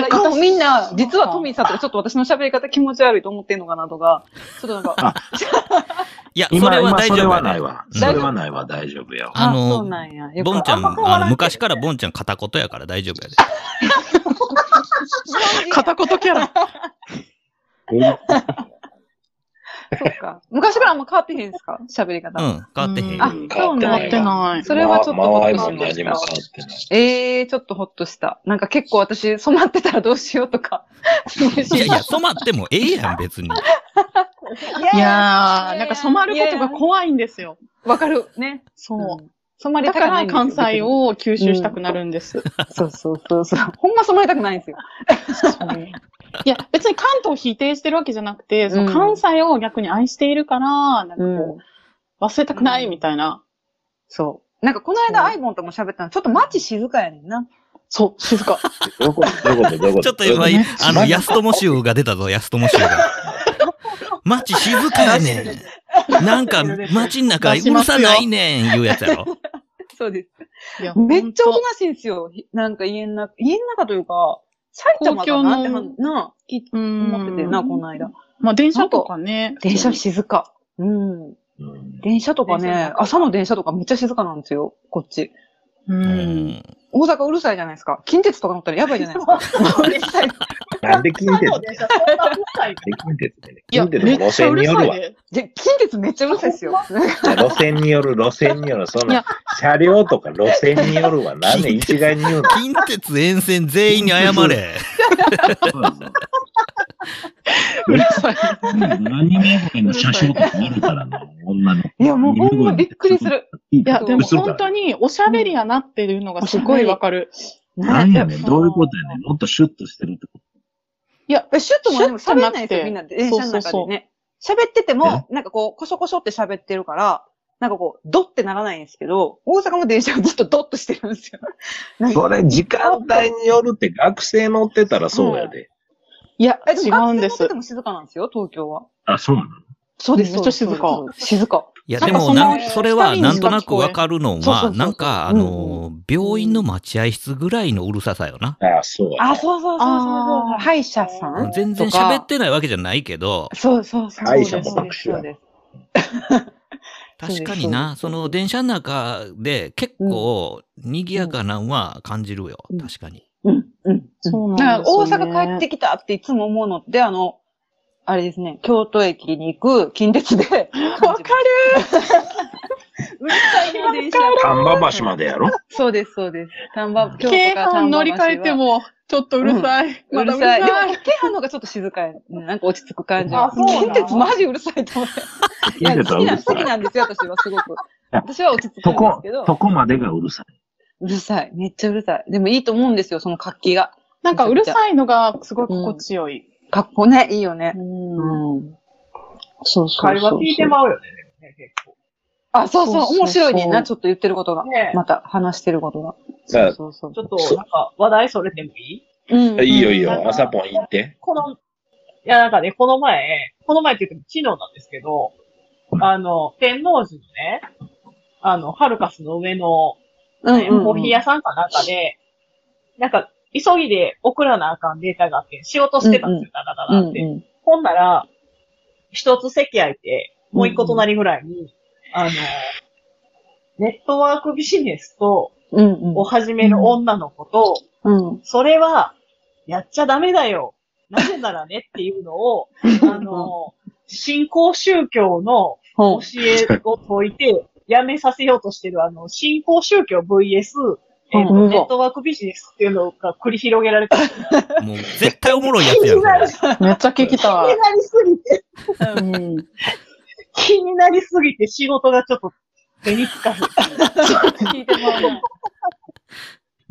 [SPEAKER 4] ら今もみんな、実はトミーさんとかちょっと私の喋り方気持ち悪いと思ってんのかなとか、ちょっとなんか、
[SPEAKER 1] いや、そ
[SPEAKER 2] 今、
[SPEAKER 1] れは
[SPEAKER 2] 今、
[SPEAKER 1] 大
[SPEAKER 2] それ
[SPEAKER 1] 丈夫
[SPEAKER 2] は
[SPEAKER 1] や
[SPEAKER 2] ない
[SPEAKER 1] ね。
[SPEAKER 2] わ。
[SPEAKER 1] うん
[SPEAKER 2] それはないわ、大丈夫やわ。
[SPEAKER 1] あの
[SPEAKER 4] そうなんや。よ
[SPEAKER 1] ボ
[SPEAKER 4] か
[SPEAKER 1] ン
[SPEAKER 4] っ
[SPEAKER 1] ち
[SPEAKER 4] た
[SPEAKER 1] ゃん、あの昔からボンちゃん片言やから大丈夫やで。
[SPEAKER 6] 片言キャラ。
[SPEAKER 4] そっか。昔からあんま変わってへんすか喋り
[SPEAKER 1] う
[SPEAKER 4] 方。
[SPEAKER 1] ん、変わってへんよ。
[SPEAKER 6] あ
[SPEAKER 4] ん、
[SPEAKER 6] そう
[SPEAKER 2] 変
[SPEAKER 6] な
[SPEAKER 2] わ
[SPEAKER 6] っ
[SPEAKER 2] ってて
[SPEAKER 6] ない。
[SPEAKER 4] それはちょっとほっとし
[SPEAKER 2] 周り
[SPEAKER 4] ました。
[SPEAKER 2] ってない。
[SPEAKER 4] ええー、ちょっとほっとした。なんか結構私染まってたらどうしようとか。すごい
[SPEAKER 1] いやい
[SPEAKER 4] 心
[SPEAKER 1] や、
[SPEAKER 4] 配
[SPEAKER 1] 染まってもええやん、別に。
[SPEAKER 6] い
[SPEAKER 4] いや
[SPEAKER 6] やー、
[SPEAKER 4] いや
[SPEAKER 6] なんか染まることが怖いんですよ。
[SPEAKER 4] わかる。ね。
[SPEAKER 6] そう。
[SPEAKER 4] 染まり
[SPEAKER 6] だ
[SPEAKER 4] たく
[SPEAKER 6] か
[SPEAKER 4] ない
[SPEAKER 6] ら
[SPEAKER 4] んですよ
[SPEAKER 6] 関西。を吸収したくなるんです。
[SPEAKER 4] そうそうそうそう。ほんま染まりたくないんですよ。
[SPEAKER 6] いや、別に関東を否定してるわけじゃなくて、その
[SPEAKER 4] うん
[SPEAKER 6] 関西を逆に愛しているから、なんかこう、忘れたくないみたいな。
[SPEAKER 4] そう。なんかこの間アイボンとも喋ったの、ちょっと街静かやねんな。
[SPEAKER 6] そう、静か。
[SPEAKER 2] どういうことどういうことどういうこと
[SPEAKER 1] ちょっと今
[SPEAKER 2] どういう、
[SPEAKER 1] あの、安友衆が出たぞ、安友衆が。街静かやねん。なんか、街の中、うるさないねん、言うやつやろ。
[SPEAKER 4] そうです。
[SPEAKER 6] いや
[SPEAKER 4] めっちゃお
[SPEAKER 6] ほんと
[SPEAKER 4] となしいんですよ。ひなんか家ん中、家ん中というか、埼玉だなっては
[SPEAKER 6] 公共の
[SPEAKER 4] な、き
[SPEAKER 6] うん
[SPEAKER 4] 思っててな、この間。
[SPEAKER 6] まあ電車とかね。
[SPEAKER 4] 電車静か。うん。
[SPEAKER 2] うん
[SPEAKER 4] 電車とか
[SPEAKER 6] 電車
[SPEAKER 4] ね
[SPEAKER 6] 静、か
[SPEAKER 4] 朝の電車とかめっちゃ静かなんですよ、こっち。
[SPEAKER 6] う。
[SPEAKER 1] うん ん。
[SPEAKER 4] 大阪うるさいじゃないですか。近鉄とか乗ったらやばいじゃないですか。うるさい
[SPEAKER 2] なんで近鉄
[SPEAKER 6] 朝の電車そんなうるさい
[SPEAKER 2] で近鉄でね。
[SPEAKER 6] いや
[SPEAKER 2] 近鉄の路線によるわ。
[SPEAKER 6] で。
[SPEAKER 4] いや近鉄めっちゃうるさいですよ。
[SPEAKER 2] じゃあ路線による、路線による、そ
[SPEAKER 4] い
[SPEAKER 2] の
[SPEAKER 4] や、
[SPEAKER 2] 車両とか路線によるは、なんで一概に言うの
[SPEAKER 1] 近鉄沿線全員に謝れ。
[SPEAKER 6] うるさい。
[SPEAKER 2] 何名古の車掌とかあるからな、女の子。
[SPEAKER 4] いや、もうほんまびっくりす
[SPEAKER 2] る。
[SPEAKER 4] る。
[SPEAKER 2] い
[SPEAKER 6] いや、でも本当
[SPEAKER 2] に。
[SPEAKER 6] におしゃべりやなっていうのがすごいわかる。
[SPEAKER 2] なんやねん、どういうことやねん。もっとシュッとしてるってこ
[SPEAKER 6] いや、
[SPEAKER 4] えシュッともねでも
[SPEAKER 6] シュッと
[SPEAKER 4] 喋
[SPEAKER 6] なん
[SPEAKER 4] ない
[SPEAKER 6] くて
[SPEAKER 4] ですよ、みんな電車の中でね。喋ってても、なんかこう、こしょこしょって喋ってるから、なんかこう、ドってならないんですけど、大阪の電車はずっとドッとしてるんですよ。
[SPEAKER 2] と それ、時間帯によるって学生乗ってたらそうやで。
[SPEAKER 6] いや、
[SPEAKER 4] え、
[SPEAKER 6] 違
[SPEAKER 4] でも
[SPEAKER 6] うんで
[SPEAKER 4] 学
[SPEAKER 6] す
[SPEAKER 4] 生乗ってて。も静かなんですよ、東京は。
[SPEAKER 2] あ、そうなの
[SPEAKER 4] そうです。
[SPEAKER 6] めっちゃ静か
[SPEAKER 4] そうです。静か。
[SPEAKER 1] いや、
[SPEAKER 6] な
[SPEAKER 1] で
[SPEAKER 6] んか
[SPEAKER 1] も
[SPEAKER 6] その
[SPEAKER 1] な
[SPEAKER 6] 二
[SPEAKER 1] ん、
[SPEAKER 6] 人
[SPEAKER 1] それは
[SPEAKER 6] に
[SPEAKER 1] なんとなくわかるの
[SPEAKER 4] そうそうそ
[SPEAKER 1] は、
[SPEAKER 4] うそう
[SPEAKER 1] なんか、あの、病院の待合室ぐらいのうるささよな。
[SPEAKER 2] あ、そうや。
[SPEAKER 4] あ、そうそうそうそうそう。歯医者さん
[SPEAKER 1] 全然
[SPEAKER 4] とか
[SPEAKER 1] 喋ってないわけじゃないけど、
[SPEAKER 4] そうそうそう。
[SPEAKER 2] 歯医者も
[SPEAKER 4] そうですそうです。そうです
[SPEAKER 1] 確かにな、その電車の中で結構賑やかなんは感じるよ
[SPEAKER 4] う。ん
[SPEAKER 1] 確かに。
[SPEAKER 4] うん、うん。
[SPEAKER 6] そう
[SPEAKER 4] だか
[SPEAKER 6] なん
[SPEAKER 4] ら
[SPEAKER 6] です
[SPEAKER 4] 大
[SPEAKER 6] よね
[SPEAKER 4] 阪帰ってきたっていつも思うのって、あの、あれですね、京都駅に行く近鉄で。わかるうるさいの電車。
[SPEAKER 2] 丹波橋までやろ
[SPEAKER 4] そうです、そうです。丹波、京都
[SPEAKER 6] 京
[SPEAKER 4] から
[SPEAKER 6] 阪
[SPEAKER 4] 丹波橋
[SPEAKER 6] 乗
[SPEAKER 4] は
[SPEAKER 6] り換えて。も、ちょっとうるさい。
[SPEAKER 4] う
[SPEAKER 6] ま
[SPEAKER 4] る
[SPEAKER 6] だうる
[SPEAKER 4] さい。で
[SPEAKER 6] さい
[SPEAKER 4] も、。京阪の方がちょっと静かやね。なんか落ち着く感じ。
[SPEAKER 6] あそうなの
[SPEAKER 4] 近鉄マジうるさいと思って。い
[SPEAKER 2] 近
[SPEAKER 4] や好
[SPEAKER 2] 鉄は
[SPEAKER 4] き
[SPEAKER 2] う
[SPEAKER 4] な
[SPEAKER 2] る
[SPEAKER 4] ん
[SPEAKER 2] さ
[SPEAKER 4] 好き
[SPEAKER 2] い。
[SPEAKER 4] なんですよ、私はすごく。私は落ち着く
[SPEAKER 2] と
[SPEAKER 4] んです
[SPEAKER 2] こ
[SPEAKER 4] けど、。
[SPEAKER 2] とこまでがうるさい。
[SPEAKER 4] うるさい。めっちゃうるさい。でもいいと思うんですよ、その活気が。
[SPEAKER 6] なんかうるさいのがすごい心地よい。
[SPEAKER 4] かっこね、いいよね。
[SPEAKER 6] うん。
[SPEAKER 4] うん。そうそうそう。
[SPEAKER 7] 会話聞いてまうよね。でもね結
[SPEAKER 4] あ、そうそう
[SPEAKER 6] そうそうそう
[SPEAKER 4] 面白いねんな、ちょっと言ってることが
[SPEAKER 7] 構。ね
[SPEAKER 4] また話してることが。
[SPEAKER 2] だから
[SPEAKER 4] そうそう
[SPEAKER 7] ち
[SPEAKER 4] そ。
[SPEAKER 7] ょっと、なんか、話題それてもいいう
[SPEAKER 4] うん
[SPEAKER 2] いいよいい
[SPEAKER 7] なん
[SPEAKER 2] よ、
[SPEAKER 7] か
[SPEAKER 2] 朝ポン行って。
[SPEAKER 7] この、いや、なんかね、この前、この前って言っても昨日なんですけど、あの、天王寺のね、あの、ハルカスの上の、
[SPEAKER 4] うんうんうん
[SPEAKER 7] コーヒー屋さんかなんかで、なんか、急ぎで送らなあかんデータがあって、仕事してたんですよ、だだだ
[SPEAKER 4] う
[SPEAKER 7] だ
[SPEAKER 4] ん
[SPEAKER 7] っ
[SPEAKER 4] う
[SPEAKER 7] て。
[SPEAKER 4] ん。
[SPEAKER 7] ほんなら、一つ席空いて、もう一個隣ぐらいに、あの、ネットワークビジネスと、
[SPEAKER 4] うん
[SPEAKER 7] を始める女の子と、
[SPEAKER 4] うん。うん。
[SPEAKER 7] それは、やっちゃダメだよ。なぜならねっていうの を、あの、信仰宗教の
[SPEAKER 4] ほ
[SPEAKER 7] 教えを解いて、やめさせようとしてる、あの、信仰宗教 VS、えっと
[SPEAKER 4] うん
[SPEAKER 7] ネットワークビジネスっていうのが繰り広げられてる。
[SPEAKER 1] もう絶対おもろいや つやろ。これ
[SPEAKER 6] めっちゃ聞きたい。
[SPEAKER 7] りすぎて、
[SPEAKER 6] うん
[SPEAKER 7] 気になりすぎて仕事がちょっと手につか へん。
[SPEAKER 4] 聞いてもらうな。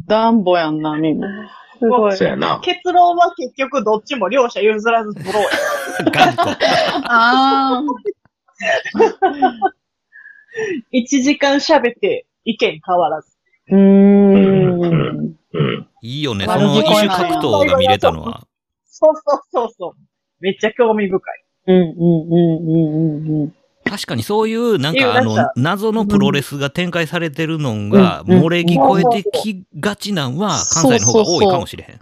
[SPEAKER 6] 暖房やんな、みんな。す
[SPEAKER 7] ご
[SPEAKER 2] そうやな。
[SPEAKER 7] 結論は結局どっちも両者譲らずブローや。
[SPEAKER 1] 頑固。
[SPEAKER 6] あ
[SPEAKER 7] 1時間喋って意見変わらず。
[SPEAKER 6] ー。うーん。
[SPEAKER 2] うん。
[SPEAKER 1] いいよね。そ
[SPEAKER 6] 悪
[SPEAKER 1] の
[SPEAKER 6] 聞
[SPEAKER 1] 一
[SPEAKER 6] こ
[SPEAKER 1] 種
[SPEAKER 6] えない
[SPEAKER 1] 格闘が見れたのは。
[SPEAKER 7] そうそうそうそう。めっちゃ興味深い。
[SPEAKER 6] うんうんうんうんうんうん。
[SPEAKER 1] 確かにそういう、なんかあ
[SPEAKER 7] いやなん
[SPEAKER 1] の
[SPEAKER 7] か、
[SPEAKER 1] 謎のプロレスが展開されてるのが、
[SPEAKER 6] うんうん
[SPEAKER 1] 漏れ聞こえてきがちなんは、関西の方が多いかもしれへん。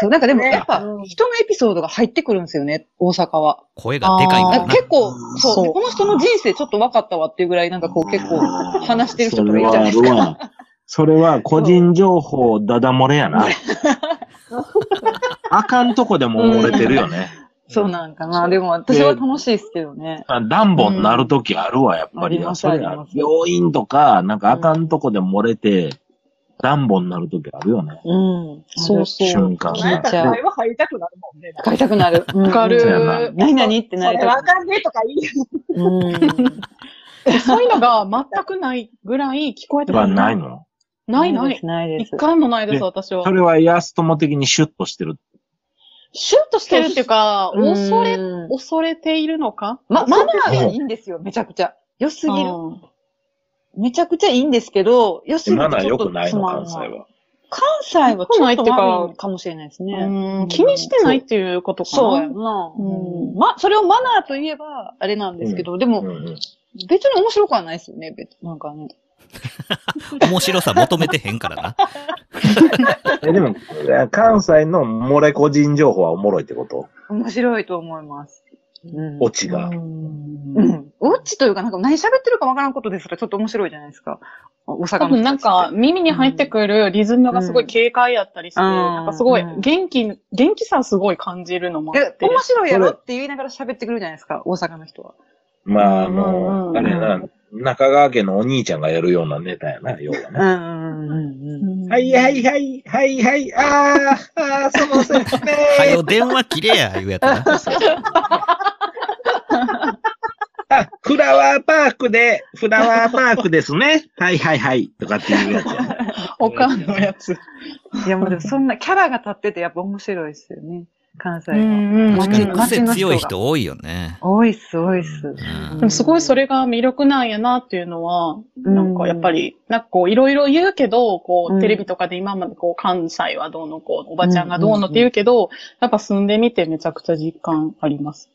[SPEAKER 4] そう、なんかでも
[SPEAKER 7] ね
[SPEAKER 4] やっぱ、人のエピソードが入ってくるんですよね、大阪は。
[SPEAKER 1] 声がでかいか
[SPEAKER 6] あ
[SPEAKER 4] な
[SPEAKER 1] ら
[SPEAKER 4] ん
[SPEAKER 1] な
[SPEAKER 4] か。結構、
[SPEAKER 6] そ
[SPEAKER 4] そうう、この人の人生ちょっと分かったわっていうぐらい、なんかこう結構、話してる人とかいるじゃないです
[SPEAKER 2] それはあるわ。それは個人情報ダダ漏れや な。あかんとこでも漏れてるよね。
[SPEAKER 4] そうなんかな。でも私は楽しいですけどね。
[SPEAKER 2] あ暖房になるときあるわ、やっぱり。
[SPEAKER 4] うんあります
[SPEAKER 2] それは
[SPEAKER 4] あります
[SPEAKER 2] 病院とか、なんかあかんとこで漏れて、暖房になるときあるよね。
[SPEAKER 4] うん。
[SPEAKER 6] そうそう。
[SPEAKER 2] 瞬間
[SPEAKER 7] なんやった
[SPEAKER 4] じゃ
[SPEAKER 7] ら
[SPEAKER 4] あ
[SPEAKER 2] が。
[SPEAKER 7] 会話入りたくなるもんね。
[SPEAKER 4] 買いたくなる。
[SPEAKER 6] わか
[SPEAKER 2] そうやな
[SPEAKER 6] る。
[SPEAKER 4] 何々ってなり
[SPEAKER 7] それ
[SPEAKER 4] た
[SPEAKER 7] わ
[SPEAKER 4] く
[SPEAKER 7] かんねえとか言い
[SPEAKER 4] うん。
[SPEAKER 6] そういうのが全くないぐらい聞こえて
[SPEAKER 2] では
[SPEAKER 6] こ
[SPEAKER 2] ない。の
[SPEAKER 6] ないない。
[SPEAKER 4] ないです。
[SPEAKER 6] 一回もないです、
[SPEAKER 2] で
[SPEAKER 6] 私は
[SPEAKER 2] そ。れは安友的にシュッとしてる。
[SPEAKER 4] シュッとし
[SPEAKER 6] してるっていう
[SPEAKER 4] か、
[SPEAKER 6] か、恐れ、
[SPEAKER 4] れ、
[SPEAKER 6] 恐れているのか
[SPEAKER 4] ま、マナーがいいんですよ、めちゃくちゃ。良すぎる
[SPEAKER 6] あ。ー
[SPEAKER 4] めちゃくちゃいいんですけど、良すぎ
[SPEAKER 2] ま
[SPEAKER 4] ると
[SPEAKER 2] だ
[SPEAKER 4] ちょ
[SPEAKER 2] 良
[SPEAKER 4] っと
[SPEAKER 2] くない
[SPEAKER 4] つ
[SPEAKER 2] の、
[SPEAKER 4] まん
[SPEAKER 2] 関西
[SPEAKER 4] ない。
[SPEAKER 2] は。
[SPEAKER 4] 関西はちょっと
[SPEAKER 6] 良くないっていうか
[SPEAKER 4] 悪いかもしれないですね。
[SPEAKER 6] うん気にしてないっていうことかな。
[SPEAKER 4] そうやんな。
[SPEAKER 6] うん
[SPEAKER 4] ま、それをマナーといえば、あれなんですけど、で
[SPEAKER 2] う
[SPEAKER 4] も、
[SPEAKER 2] んうん
[SPEAKER 4] 別に面白くはないですよね、別なんかね。
[SPEAKER 1] 面白さ求めてへんからな。
[SPEAKER 2] えでも、関西の漏れ個人情報はおもろいってこと
[SPEAKER 4] 面白いと思います。うん
[SPEAKER 2] オチが。
[SPEAKER 4] うん。オチというか、なんか何喋ってるかわからんことですらちょっと面白いじゃないですか。お大
[SPEAKER 6] 多
[SPEAKER 4] 阪の人たちって
[SPEAKER 6] 分なんか、耳に入ってくるリズムがすごい軽快やったりして、
[SPEAKER 4] うん
[SPEAKER 6] なんかすごい
[SPEAKER 4] うん
[SPEAKER 6] 元気、元気さすごい感じるのもあっ
[SPEAKER 4] え、
[SPEAKER 6] て。
[SPEAKER 4] 面白いやろって言いながら喋ってくるじゃないですか、大阪の人は。
[SPEAKER 2] まあ、あ
[SPEAKER 6] う
[SPEAKER 2] の、
[SPEAKER 6] ん
[SPEAKER 2] あれやな、中川家のお兄ちゃんがやるようなネタやな、要は
[SPEAKER 4] う
[SPEAKER 2] な。
[SPEAKER 4] んうんうん。
[SPEAKER 2] はいはいはい、はいはい、あー、あーその説明
[SPEAKER 1] はよ、電話切れや、言うやっ たな。
[SPEAKER 2] あ、フラワーパークで、フラワーパークですね。はいはいはい、とかっていうやつやな。
[SPEAKER 6] おかんのやつ。
[SPEAKER 4] いやもうでもそんなキャラが立っててやっぱ面白いですよね、関西
[SPEAKER 6] う
[SPEAKER 4] は。
[SPEAKER 6] んうん
[SPEAKER 1] 確かに癖
[SPEAKER 4] 街の人が
[SPEAKER 1] 強い人多いよね。
[SPEAKER 4] 多いっす、多いっす。
[SPEAKER 1] うん
[SPEAKER 6] でもすごいそれが魅力なんやなっていうのは、なんかやっぱり、なんかこういろいろ言うけど、こ
[SPEAKER 4] うん
[SPEAKER 6] うテレビとかで今までこう関西はどうのこう、おばちゃんがどうのって言うけど、やっぱ住んでみてめちゃくちゃ実感あります。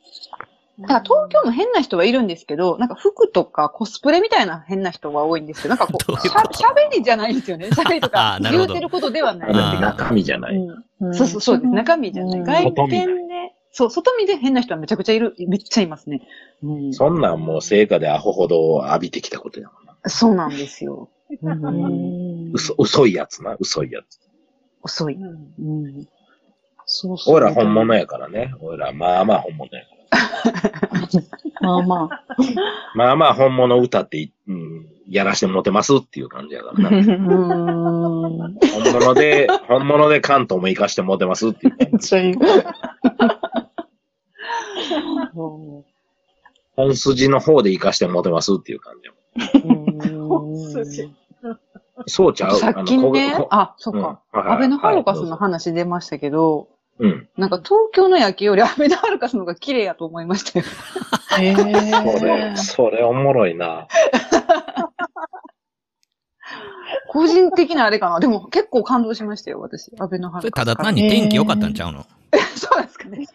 [SPEAKER 4] なんか東京も変な人はいるんですけど、なんか服とかコスプレみたいな変な人は多いんですけど、なんかこ
[SPEAKER 1] どうい
[SPEAKER 4] う、
[SPEAKER 1] うこ
[SPEAKER 4] し
[SPEAKER 1] と
[SPEAKER 4] ゃ喋りじゃないんですよね。喋りと
[SPEAKER 1] あ
[SPEAKER 4] か
[SPEAKER 1] ーなるほ
[SPEAKER 4] 言う
[SPEAKER 1] ど
[SPEAKER 4] てることではない。
[SPEAKER 1] あー
[SPEAKER 2] 中身じゃない。
[SPEAKER 6] うん
[SPEAKER 4] そうそうそうです。中身じゃ
[SPEAKER 6] うん
[SPEAKER 4] ない。外
[SPEAKER 2] 外見
[SPEAKER 4] 見で。そう、外見で変な人はめちゃくちゃいる、めっちゃいますね。うん、
[SPEAKER 2] そんなんもう成果でアホほど浴びてきたことやもんな。
[SPEAKER 4] そうなんですよ。うん、
[SPEAKER 2] 嘘、嘘いやつな、嘘いやつ。
[SPEAKER 4] 遅い。うん、そうそう。
[SPEAKER 2] おいら本物やからね。おいら、まあまあ本物やから。
[SPEAKER 6] まあまあ。
[SPEAKER 2] まあまあ本物歌って、うん、やらしてもてますっていう感じやからな。
[SPEAKER 4] うん。
[SPEAKER 2] 本物で、本物で関東も行かしてもてますっていう 感
[SPEAKER 6] めっ
[SPEAKER 2] じ。
[SPEAKER 6] ちゃいい。
[SPEAKER 2] 本筋の方で行かしてもてますっていう感じやもん。そうちゃう
[SPEAKER 4] さっきね
[SPEAKER 2] あの、こ
[SPEAKER 4] あ、そ
[SPEAKER 2] こ
[SPEAKER 4] う
[SPEAKER 2] うん
[SPEAKER 4] か。
[SPEAKER 2] はいはい
[SPEAKER 4] 安倍のハルカス
[SPEAKER 2] はいどう
[SPEAKER 4] の
[SPEAKER 2] ぞ
[SPEAKER 4] 話出ましたけど、
[SPEAKER 2] うん。
[SPEAKER 4] なんか東京の野球より安倍のハルカスの方が綺麗やと思いましたよ。
[SPEAKER 6] え
[SPEAKER 2] それ、それおもろいな。
[SPEAKER 4] 個人的なあれかな。でも結構感動しましたよ、私。安倍のハ
[SPEAKER 1] そ
[SPEAKER 4] ル
[SPEAKER 1] れ
[SPEAKER 4] カ
[SPEAKER 1] た
[SPEAKER 4] ス。
[SPEAKER 1] だ単に天気良かったんちゃうの
[SPEAKER 4] そうですかね。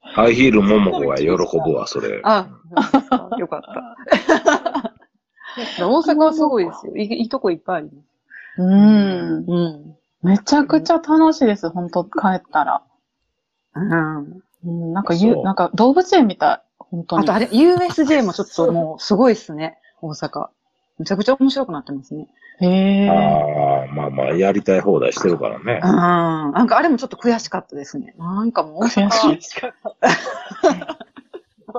[SPEAKER 2] ハイヒールももこが喜ぶわ、それ。
[SPEAKER 4] あ、そうですかよかった。大阪はすごいですよ。いいいとこいっぱいあります。
[SPEAKER 6] うん。
[SPEAKER 4] うん。
[SPEAKER 6] めちゃくちゃ楽しいです、本当帰ったら。
[SPEAKER 4] うん、
[SPEAKER 6] うん、なんか
[SPEAKER 2] そ
[SPEAKER 6] ゆ
[SPEAKER 2] う、
[SPEAKER 6] なんか動物園みたい。本当に。
[SPEAKER 4] あとあれ、USJ もちょっともうすごいっすね、大阪。めちゃくちゃ面白くなってますね。
[SPEAKER 6] へえ。
[SPEAKER 2] ああ、まあまあ、やりたい放題してるからね
[SPEAKER 4] うん。。なんかあれもちょっと悔しかったですね。なんかもう大阪
[SPEAKER 6] 悔しい
[SPEAKER 7] そ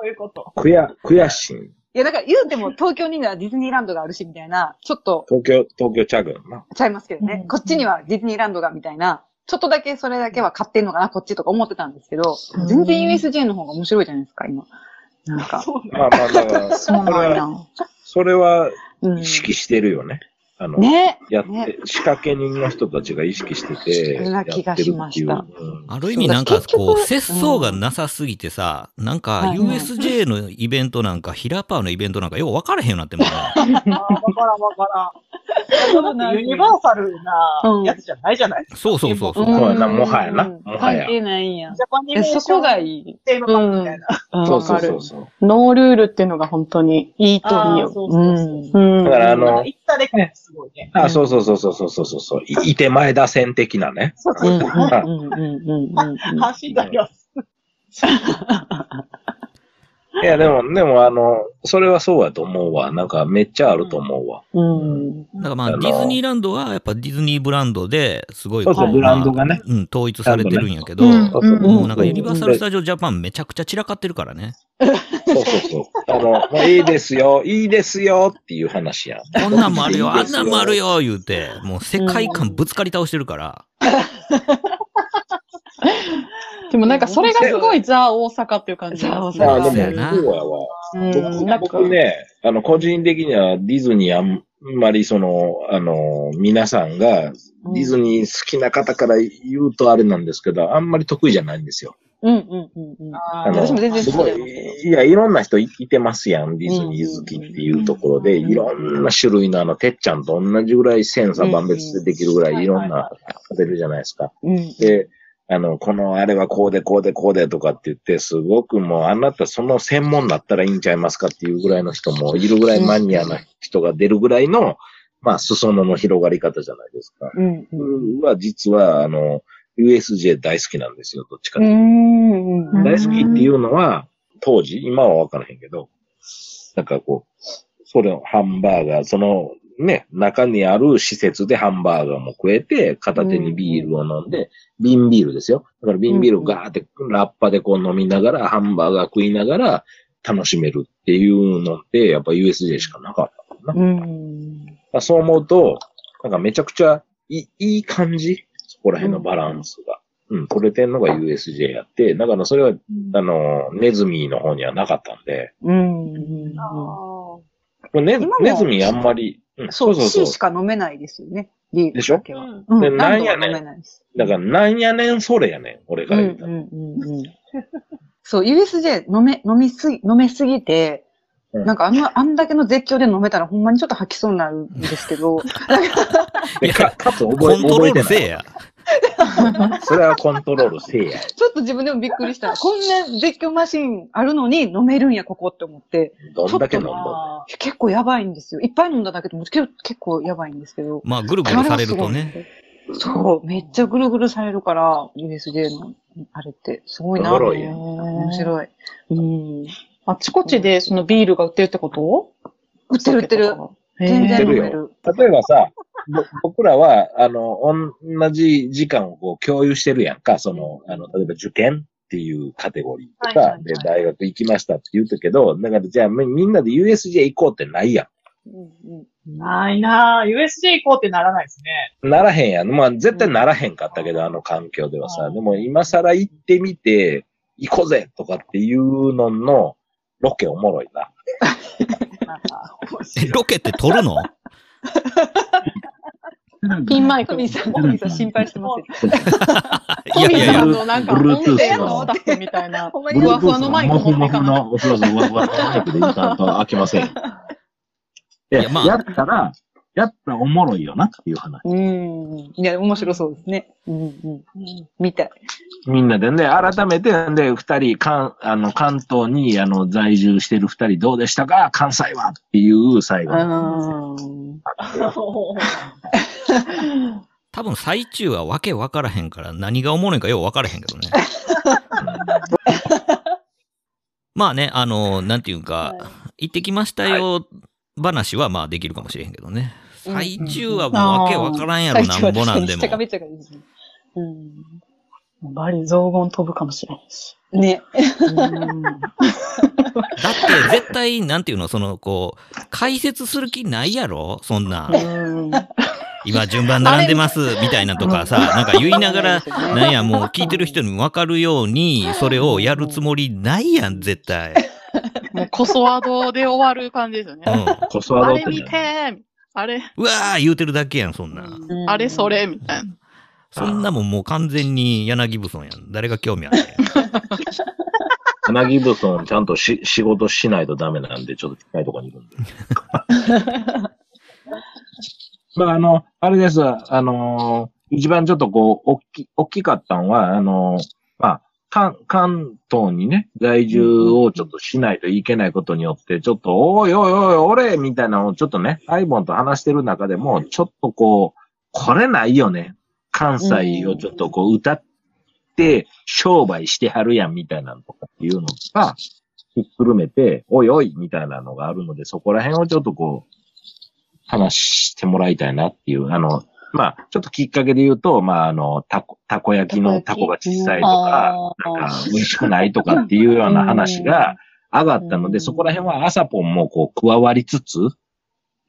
[SPEAKER 7] ういうこと。
[SPEAKER 2] 悔や、悔しい。
[SPEAKER 4] いや、だから言うても東京にはディズニーランドがあるし、みたいな、ちょっと
[SPEAKER 2] 東京、東京ちゃうけどな。
[SPEAKER 4] ちゃいますけどね、こっちにはディズニーランドが、みたいな、ちょっとだけそれだけは買ってんのかな、こっちとか思ってたんですけど、全然 USJ の方が面白いじゃないですか、今。なんか。
[SPEAKER 7] そうな
[SPEAKER 2] まあまあ、だから、そ
[SPEAKER 6] そうなん
[SPEAKER 2] れは、
[SPEAKER 6] や。
[SPEAKER 2] それは
[SPEAKER 4] うん
[SPEAKER 2] 意識してるよね。あの、
[SPEAKER 4] ね。
[SPEAKER 2] やっ
[SPEAKER 4] ね
[SPEAKER 2] て、仕掛け人の人たちが意識してて、
[SPEAKER 4] そん
[SPEAKER 2] や
[SPEAKER 4] な
[SPEAKER 2] ってる
[SPEAKER 4] 気
[SPEAKER 2] っ
[SPEAKER 4] が
[SPEAKER 2] てい
[SPEAKER 4] し
[SPEAKER 2] う
[SPEAKER 4] ました
[SPEAKER 2] うん
[SPEAKER 1] ある意味なんか
[SPEAKER 4] そうだ結
[SPEAKER 1] こ
[SPEAKER 4] 局
[SPEAKER 1] う、節操がなさすぎてさ、なんか
[SPEAKER 4] はい
[SPEAKER 1] USJ のイベントなんか、ヒラパーのイベントなんかよう分からへんようになってもんね。
[SPEAKER 7] んだ。わからんわからん。ユニバーサルなやつじゃないじゃないですか。
[SPEAKER 1] そうそうそうそう。
[SPEAKER 2] んそうやなもはやな
[SPEAKER 4] うん
[SPEAKER 2] もはや
[SPEAKER 4] 関係ないんや。
[SPEAKER 7] ジャパニ
[SPEAKER 4] え
[SPEAKER 7] メーシ
[SPEAKER 4] そ
[SPEAKER 7] ョ
[SPEAKER 4] こ
[SPEAKER 7] ン
[SPEAKER 4] がいい。
[SPEAKER 7] テーマパークみたいな。
[SPEAKER 2] そう
[SPEAKER 6] わ
[SPEAKER 2] そ
[SPEAKER 6] か
[SPEAKER 2] う
[SPEAKER 6] る
[SPEAKER 2] そうそう。
[SPEAKER 6] ノールールっていうのが本当にいいといい
[SPEAKER 7] ああ、
[SPEAKER 6] よ。
[SPEAKER 7] そうそうそうう。
[SPEAKER 4] ん
[SPEAKER 6] うん
[SPEAKER 2] だからあの、
[SPEAKER 7] 行ったでかいすごいね。
[SPEAKER 2] あ、そうそうそうそうそうそうそうそう。いいて前打線的なね。
[SPEAKER 7] そう
[SPEAKER 4] う
[SPEAKER 7] そ
[SPEAKER 4] ん
[SPEAKER 7] う
[SPEAKER 4] うん
[SPEAKER 7] そう。
[SPEAKER 4] うんうんうんうん
[SPEAKER 7] 走ったりはする。
[SPEAKER 2] いや、でも、でも、あの、それはそうやと思うわ。なんか、めっちゃあると思うわ。
[SPEAKER 4] うん。
[SPEAKER 1] だからまあ、
[SPEAKER 2] あ
[SPEAKER 1] デ
[SPEAKER 2] の
[SPEAKER 1] ィズニーランドはやっぱディズニーブランドですごい
[SPEAKER 2] そうそう
[SPEAKER 1] こ
[SPEAKER 2] ブランドがね
[SPEAKER 1] まあうん、統一されてるんやけど、
[SPEAKER 6] うん
[SPEAKER 2] そうそう
[SPEAKER 1] もうなんかユニバーサル・ス
[SPEAKER 2] そ
[SPEAKER 1] タジオ・ジャパンめちゃくちゃ散らかってるからね。
[SPEAKER 2] うそうそう。あの、もういいですよ、いいですよっていう話やん。
[SPEAKER 1] こんなんもあ るよ、
[SPEAKER 2] いい
[SPEAKER 1] あ
[SPEAKER 2] で
[SPEAKER 1] ん
[SPEAKER 2] すよ
[SPEAKER 1] なんもあるよ、言うて、もう世界観ぶつかり倒してるから。
[SPEAKER 6] でもなんかそれがすごいザ・大阪っていう感じ。
[SPEAKER 4] ザ大
[SPEAKER 2] ま
[SPEAKER 4] 阪
[SPEAKER 2] あ、で
[SPEAKER 1] そうや
[SPEAKER 2] も、
[SPEAKER 1] な
[SPEAKER 2] そうやわ。
[SPEAKER 6] うん、なん
[SPEAKER 2] 僕
[SPEAKER 6] か
[SPEAKER 2] 僕ね、あの、個人的にはディズニーあんまりその、あの、皆さんがディズニー好きな方から言うとあれなんですけど、あんまり得意じゃないんですよ。
[SPEAKER 4] うんうんうんうん。
[SPEAKER 7] あ
[SPEAKER 2] あの
[SPEAKER 4] 私も全然
[SPEAKER 2] す
[SPEAKER 4] 好きだ
[SPEAKER 2] ご
[SPEAKER 4] よ
[SPEAKER 2] い、いや、いろんな人いいてますやん、ディズニー好きっていうところで、
[SPEAKER 4] うんうんうん
[SPEAKER 2] いろんな種類のあの、てっちゃんと同じぐらい千差万別でできるぐら
[SPEAKER 7] うんう
[SPEAKER 2] い
[SPEAKER 7] ん
[SPEAKER 2] いろんな出るじゃないですか。
[SPEAKER 4] うん。
[SPEAKER 2] で、あの、このあれはこうでこうでこうでとかって言って、すごくもうあなたその専門だったらいいんちゃいますかっていうぐらいの人もいるぐらいマニアな人が出るぐらいの、まあ、裾野の広がり方じゃないですか。
[SPEAKER 4] うんうん。
[SPEAKER 2] は、実は、あの、 USJ 大好きなんですよ、どっちかっていうと
[SPEAKER 6] ん。うん
[SPEAKER 2] 大好きっていうのは、当時、今は分からへんけど、なんかこう、それのハンバーガー、そのね、中にある施設でハンバーガーも食えて、片手にビールを飲んで、瓶ビールですよ。だから瓶ビールをガーってラッパでこう飲みながら、ハンバーガー食いながら楽しめるっていうのって、やっぱ USJ しかなかったかな。
[SPEAKER 6] うん。
[SPEAKER 2] まあそう思うと、なんかめちゃくちゃいいいい感じそこら辺のバランスが。うん、取れてんのが USJ やって、だからそれは、あの、ネズミの方にはなかったんで、
[SPEAKER 6] うん。
[SPEAKER 2] これネ
[SPEAKER 4] 今も
[SPEAKER 2] ネズミあんまり、うん
[SPEAKER 4] そう、C しか飲めないですよね。ビールだけは。
[SPEAKER 7] う
[SPEAKER 4] うん
[SPEAKER 2] でなん
[SPEAKER 4] 何度
[SPEAKER 2] やねん
[SPEAKER 4] も飲めないです。
[SPEAKER 2] だからなんやねんそれやねん、俺から
[SPEAKER 4] う
[SPEAKER 2] 言
[SPEAKER 4] ん
[SPEAKER 2] った
[SPEAKER 4] う
[SPEAKER 2] ら。
[SPEAKER 4] んうんうん。そう、USJ 飲め、飲みすぎ、飲めすぎて、
[SPEAKER 2] うん
[SPEAKER 4] なんかあんな、あんだけの絶叫で飲めたらほんまにちょっと吐きそうになるんですけど、
[SPEAKER 2] でか、かつ覚
[SPEAKER 1] コ
[SPEAKER 2] え
[SPEAKER 1] ント
[SPEAKER 2] 覚
[SPEAKER 1] ロ
[SPEAKER 2] え
[SPEAKER 1] ー
[SPEAKER 2] て
[SPEAKER 1] ルせ
[SPEAKER 2] な
[SPEAKER 1] え
[SPEAKER 2] い。
[SPEAKER 1] や。
[SPEAKER 2] それはコントロールせえや。
[SPEAKER 4] ちょっと自分でもびっくりした。こんな絶叫マシンあるのに飲めるんや、ここって思って。
[SPEAKER 2] どんだけ飲んどん
[SPEAKER 7] あ
[SPEAKER 4] 結構やばいんですよ。いっぱい飲んだだけでも結結構やばいんですけど。
[SPEAKER 1] まあ、ぐるぐるされるとね。
[SPEAKER 4] そう、めっちゃぐるぐるされるから、USJ のあれってすごいな。
[SPEAKER 2] おもろいやん
[SPEAKER 4] 面白い。うん。
[SPEAKER 6] あちこちでそのビールが売ってるってこと
[SPEAKER 4] 売ってる売ってる。。
[SPEAKER 6] 全
[SPEAKER 4] 全然
[SPEAKER 6] 然。
[SPEAKER 4] 飲め
[SPEAKER 2] 売ってる
[SPEAKER 4] る。
[SPEAKER 2] 例えばさ、ぼ僕らは、あの、同じ時間をこう共有してるやんか、その、あの、例えば受験っていうカテゴリーとか、
[SPEAKER 7] はいはいはい
[SPEAKER 2] で、大学行きましたって言うたけど、だからじゃあみみんなで USJ 行こうってないや
[SPEAKER 7] ーないなぁ。USJ 行こうってならないですね。
[SPEAKER 2] ん。ならへんやん。まあ、絶対ならへんかったけど、あの環境ではさ。でも、今更行ってみて、行こうぜとかっていうのの、ロケおもろいな。
[SPEAKER 7] なんか
[SPEAKER 1] え、ロケって撮るの
[SPEAKER 6] ピンマイク
[SPEAKER 4] ト。ミーさん、トミーさん心配してますよ。
[SPEAKER 1] いやいやいや
[SPEAKER 6] あ。の、なんか、音声の出すみたいな。
[SPEAKER 4] ほんまに
[SPEAKER 6] ふ
[SPEAKER 4] ふ
[SPEAKER 6] わ
[SPEAKER 4] わ
[SPEAKER 6] ふ
[SPEAKER 4] ふ
[SPEAKER 6] わ
[SPEAKER 4] わ
[SPEAKER 6] の
[SPEAKER 4] の
[SPEAKER 6] マ
[SPEAKER 4] マ
[SPEAKER 6] イ
[SPEAKER 4] イ
[SPEAKER 6] ク
[SPEAKER 4] ク
[SPEAKER 6] 持っていかない。
[SPEAKER 2] おそらくふわふわのマイクでインターと開けません。い
[SPEAKER 1] いやまあ
[SPEAKER 2] ったら、やったらおもろいよなっていう話。
[SPEAKER 4] うん。いや、面白そうですね。うんうん。みたい。
[SPEAKER 2] みんなでね、改めて、で、二人、関、あの、関東に、あの、在住してる二人どうでしたか関西はっていう最後。
[SPEAKER 4] うん。
[SPEAKER 1] 多分最中はわけわからへんから何がおもろいんかようわからへんけどね。まあね、あの、なんていうか、行ってきましたよ話はまあできるかもしれへんけどね。最中はもうわけわからんやろ、
[SPEAKER 4] 最
[SPEAKER 1] なんぼなんでも
[SPEAKER 4] ちゃ。かめちゃかですね。う
[SPEAKER 6] バリ雑言飛ぶかもしれんし。
[SPEAKER 4] ん。ね。
[SPEAKER 1] だって絶対、なんていうの、その、こう、解説する気ないやろそんなん。今順番並んでます、みたいなとかさ、なんか言いながら、なんや、もう聞いてる人にわかるよう に、それをやるつもりないやん、絶対。
[SPEAKER 8] もうコソワードで終わる感じですよ
[SPEAKER 1] う
[SPEAKER 8] ね。
[SPEAKER 1] ん。
[SPEAKER 2] コスワ
[SPEAKER 8] あ
[SPEAKER 2] ドっ
[SPEAKER 8] れ
[SPEAKER 2] て
[SPEAKER 8] 見
[SPEAKER 2] ね。
[SPEAKER 8] てあれ、
[SPEAKER 1] うわー言うてるだけやん、そんな。
[SPEAKER 4] うん
[SPEAKER 8] あれそ。れみたいな。
[SPEAKER 1] そんなもんもう完全に柳ブソンやん。誰が興味あるねん。
[SPEAKER 2] なぎぶそん、ちゃんとし、 仕事しないとダメなんで、ちょっと近いところにいるんで。 まあ、あの、あれです。あのー一番ちょっとこう、大き、大きかったのは、あのーまあ、関、関東にね、在住をちょっとしないといけないことによって、ちょっと、おいおいおい、俺みたいなのをちょっとね、アイボンと話してる中でも、ちょっとこう、これないよね。関西をちょっとこう、歌って、商売してはるやんみたいなのとかっていうのが、ひっくるめて、おいおいみたいなのがあるので、そこら辺をちょっとこう、話してもらいたいなっていう、あの、まあ、ちょっときっかけで言うと、まあ、あの、たこ、たこ焼きの
[SPEAKER 4] た
[SPEAKER 2] た
[SPEAKER 4] こ
[SPEAKER 2] こ
[SPEAKER 4] 焼
[SPEAKER 2] が
[SPEAKER 4] き
[SPEAKER 2] 小さいとか、なんか、美味しくないとかっていうような話が上がったの
[SPEAKER 4] う
[SPEAKER 2] で、
[SPEAKER 4] ん
[SPEAKER 2] そこら辺は朝ポンもこう、加わりつつ、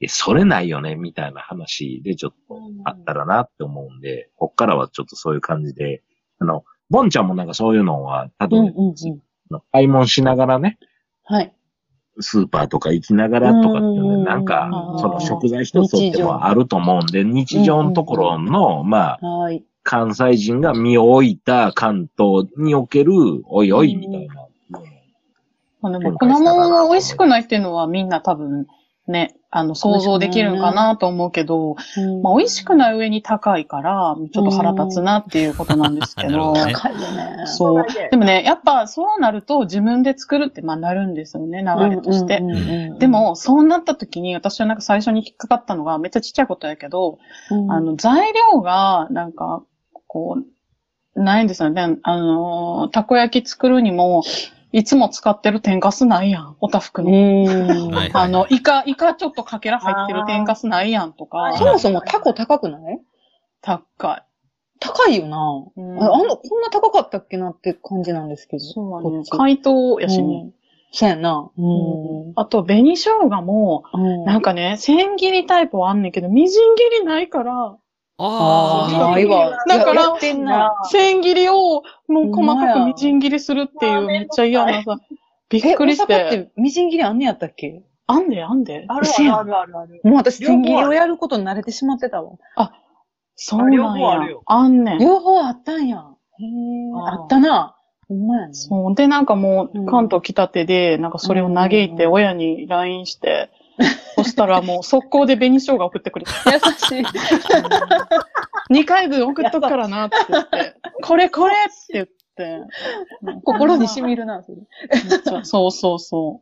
[SPEAKER 2] え、それないよね、みたいな話でちょっとあったらなって思うんで、こっからはちょっとそういう感じで、あの、ボンちゃんもなんかそういうのは、多
[SPEAKER 4] うんう
[SPEAKER 2] 分、
[SPEAKER 4] んうん。
[SPEAKER 2] あの買い物しながらね、
[SPEAKER 4] はい。
[SPEAKER 2] スーパーとか行きながらとかっていう
[SPEAKER 4] うんうん
[SPEAKER 2] の
[SPEAKER 4] うん
[SPEAKER 2] で、なんか
[SPEAKER 4] あ、ー
[SPEAKER 2] その食材一つとってもあると思うんで、日常のところの、まあ、
[SPEAKER 4] はい。
[SPEAKER 2] 関西人が身を置いた関東における、おいおい、みたいな。
[SPEAKER 6] まあでも、粉物が美味しくないっていうのはみんな多分ね、あの、想像できるんかなと思うけど、まあ美味しくない上に高いから、ちょっと腹立つなっていうことなんですけ
[SPEAKER 1] な る
[SPEAKER 6] ど
[SPEAKER 1] ほどね。
[SPEAKER 3] 高いよね。
[SPEAKER 6] そう。でもね、やっぱそうなると自分で作るってまあなるんですよね、流れとして。
[SPEAKER 4] うんうんうん
[SPEAKER 6] で、も、そうなった時に私はなんか最初に引っかかったのが、めっちゃちっちゃいことやけど、
[SPEAKER 4] うん
[SPEAKER 6] あ、の、材料が、なんか、こう、ないんですよね。あのー、たこ焼き作るにも、いつも使ってる天かすないやん、おたふくの。
[SPEAKER 1] はい
[SPEAKER 6] あの、イカ、イカちょっとかけら入ってる天かすないやんとか。
[SPEAKER 4] そもそもタコ高くない
[SPEAKER 6] 高い。
[SPEAKER 4] 高いよな、ああんな、こんな高かったっけなって感じなんですけど。そう
[SPEAKER 6] 解凍やしね。
[SPEAKER 4] そうやな。
[SPEAKER 6] あと、紅生姜も、なんかね、千切りタイプはあんねんけど、みじん切りないから、
[SPEAKER 4] あーないわ。
[SPEAKER 6] だか
[SPEAKER 4] いやや
[SPEAKER 6] ら
[SPEAKER 4] ってんな、
[SPEAKER 6] 千切りをもう細
[SPEAKER 4] ほんま
[SPEAKER 6] か
[SPEAKER 4] や
[SPEAKER 6] くみじん切りするっていう、めっちゃ嫌なさ、び
[SPEAKER 4] え、
[SPEAKER 6] っくりし
[SPEAKER 4] 大阪って
[SPEAKER 6] て。
[SPEAKER 4] みじん切りあんねやったっけ
[SPEAKER 6] あんであんで。
[SPEAKER 7] あるあるあるあるある。
[SPEAKER 4] もう私、千切りを
[SPEAKER 7] や
[SPEAKER 4] やることに慣れてしまってたわ。
[SPEAKER 6] そうなん
[SPEAKER 7] 両方ある
[SPEAKER 6] や
[SPEAKER 7] よ。
[SPEAKER 6] あんねん。
[SPEAKER 4] 両方あったんや。へえ。あったな。ほんまやね。
[SPEAKER 6] そう。で、なんかもう、関東来たてで、なんかそれを嘆いて、親に LINE して、そしたらもう、速攻で紅生姜送ってくれた。
[SPEAKER 4] 優しい。
[SPEAKER 6] 2回分送っとくからなって言って、これこれって言って、
[SPEAKER 4] 心に染みるな、それ。
[SPEAKER 6] そうそうそ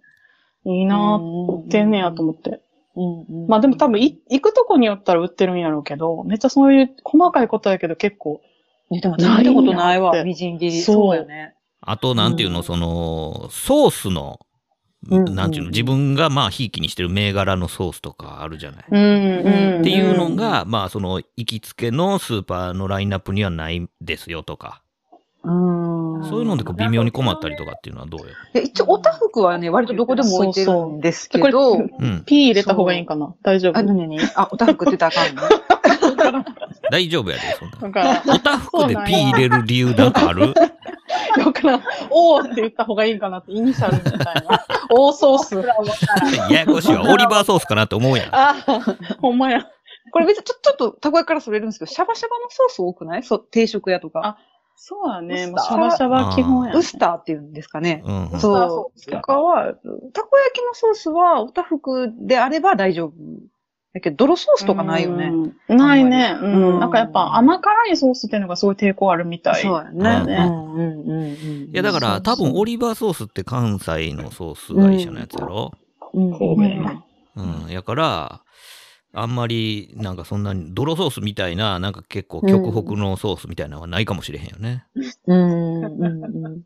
[SPEAKER 6] う。いいなぁ、売ってんねやと思って。まあでも多分い、行くとこによったら売ってるんやろうけど、めっちゃそういう細かいことやけど結構。
[SPEAKER 4] いやでも
[SPEAKER 6] ない
[SPEAKER 4] 食べ
[SPEAKER 6] んやって
[SPEAKER 4] たことないわ、みじん切り。
[SPEAKER 6] そう
[SPEAKER 4] そうやね。
[SPEAKER 1] あと、なんていうの、その、ソースの、なんていうの、自分がまあ、ひいきにしてる銘柄のソースとかあるじゃない。
[SPEAKER 6] うん、うん。
[SPEAKER 1] っていうのが、まあ、その、行きつけのスーパーのラインナップにはないですよとか、
[SPEAKER 4] うん。
[SPEAKER 1] そういうのでこう微妙に困ったりとかっていうのはどうよ。
[SPEAKER 4] で一応、おたふくはね、割とどこでも置いてるんですけ
[SPEAKER 6] そ
[SPEAKER 4] ど
[SPEAKER 6] うそ、
[SPEAKER 1] うん。
[SPEAKER 6] P 入れた方がいいんかな大丈夫
[SPEAKER 4] あ、なになにあ、おたふくって言ったらあかん の
[SPEAKER 1] 大丈夫やで、そんな。
[SPEAKER 6] だから、
[SPEAKER 1] おたふくで P 入れる理由なんかある
[SPEAKER 6] よくな、おーって言った方がいいんかなって、イニシャルみたい な。おーソース。
[SPEAKER 1] ややこしいわ。オリバーソースかなって思うやん。
[SPEAKER 6] ああ、ほんまや。
[SPEAKER 4] これ別にちょちょっとたこ焼きからそれるんですけど、シャバシャバのソース多くないそう、定食屋とか。
[SPEAKER 6] そうやね。も
[SPEAKER 4] ウ
[SPEAKER 6] う
[SPEAKER 4] ス
[SPEAKER 6] シ
[SPEAKER 4] ター
[SPEAKER 6] ャバシャバ基本やね。
[SPEAKER 4] ウスターっていうんですかね。
[SPEAKER 1] うんうん。
[SPEAKER 7] ウスターソ
[SPEAKER 4] そう。とかは、たこ焼きのソースは、おたふくであれば大丈夫。だけど、泥ソースとかないよね。
[SPEAKER 6] うん。ないね。
[SPEAKER 4] んまり
[SPEAKER 6] うん。なんかやっぱ甘辛いソースっていうのがすごい抵抗あるみたい。
[SPEAKER 4] そうや
[SPEAKER 1] だ
[SPEAKER 4] ね。
[SPEAKER 1] ね
[SPEAKER 4] うんうんうんうん。
[SPEAKER 1] いや、だから、多分オリバーソースって関西のソース会社のやつやろ。
[SPEAKER 4] うん
[SPEAKER 2] 神戸やな。
[SPEAKER 1] うん。やから、あんまり、なんかそんなに、泥ソースみたいな、なんか結構極北のソースみたいなのはないかもしれへんよね。
[SPEAKER 4] うんうんうん。
[SPEAKER 1] うん。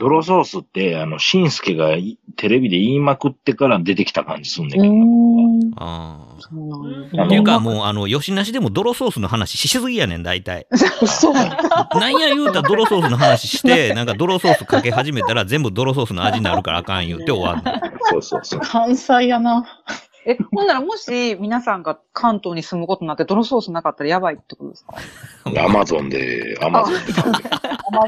[SPEAKER 2] 泥ソースって、あの、しんすけがいテレビで言いまくってから出てきた感じすんねんけど。
[SPEAKER 1] ああ。
[SPEAKER 7] うん
[SPEAKER 2] あ
[SPEAKER 1] っていう
[SPEAKER 2] の、
[SPEAKER 1] か、もう、あの、吉なしでも泥ソースの話しすぎやねん、大体。
[SPEAKER 6] そう。
[SPEAKER 1] なんや言うたら泥ソースの話して、なんか泥ソースかけ始めたら全部泥ソースの味になるからあかん言うて終わんの。
[SPEAKER 2] そうそうそう。
[SPEAKER 6] 関西やな。
[SPEAKER 4] え、ほんならもし皆さんが関東に住むことになって泥ソースなかったらやばいってことですか
[SPEAKER 2] アマゾンで、アマゾンで買うけど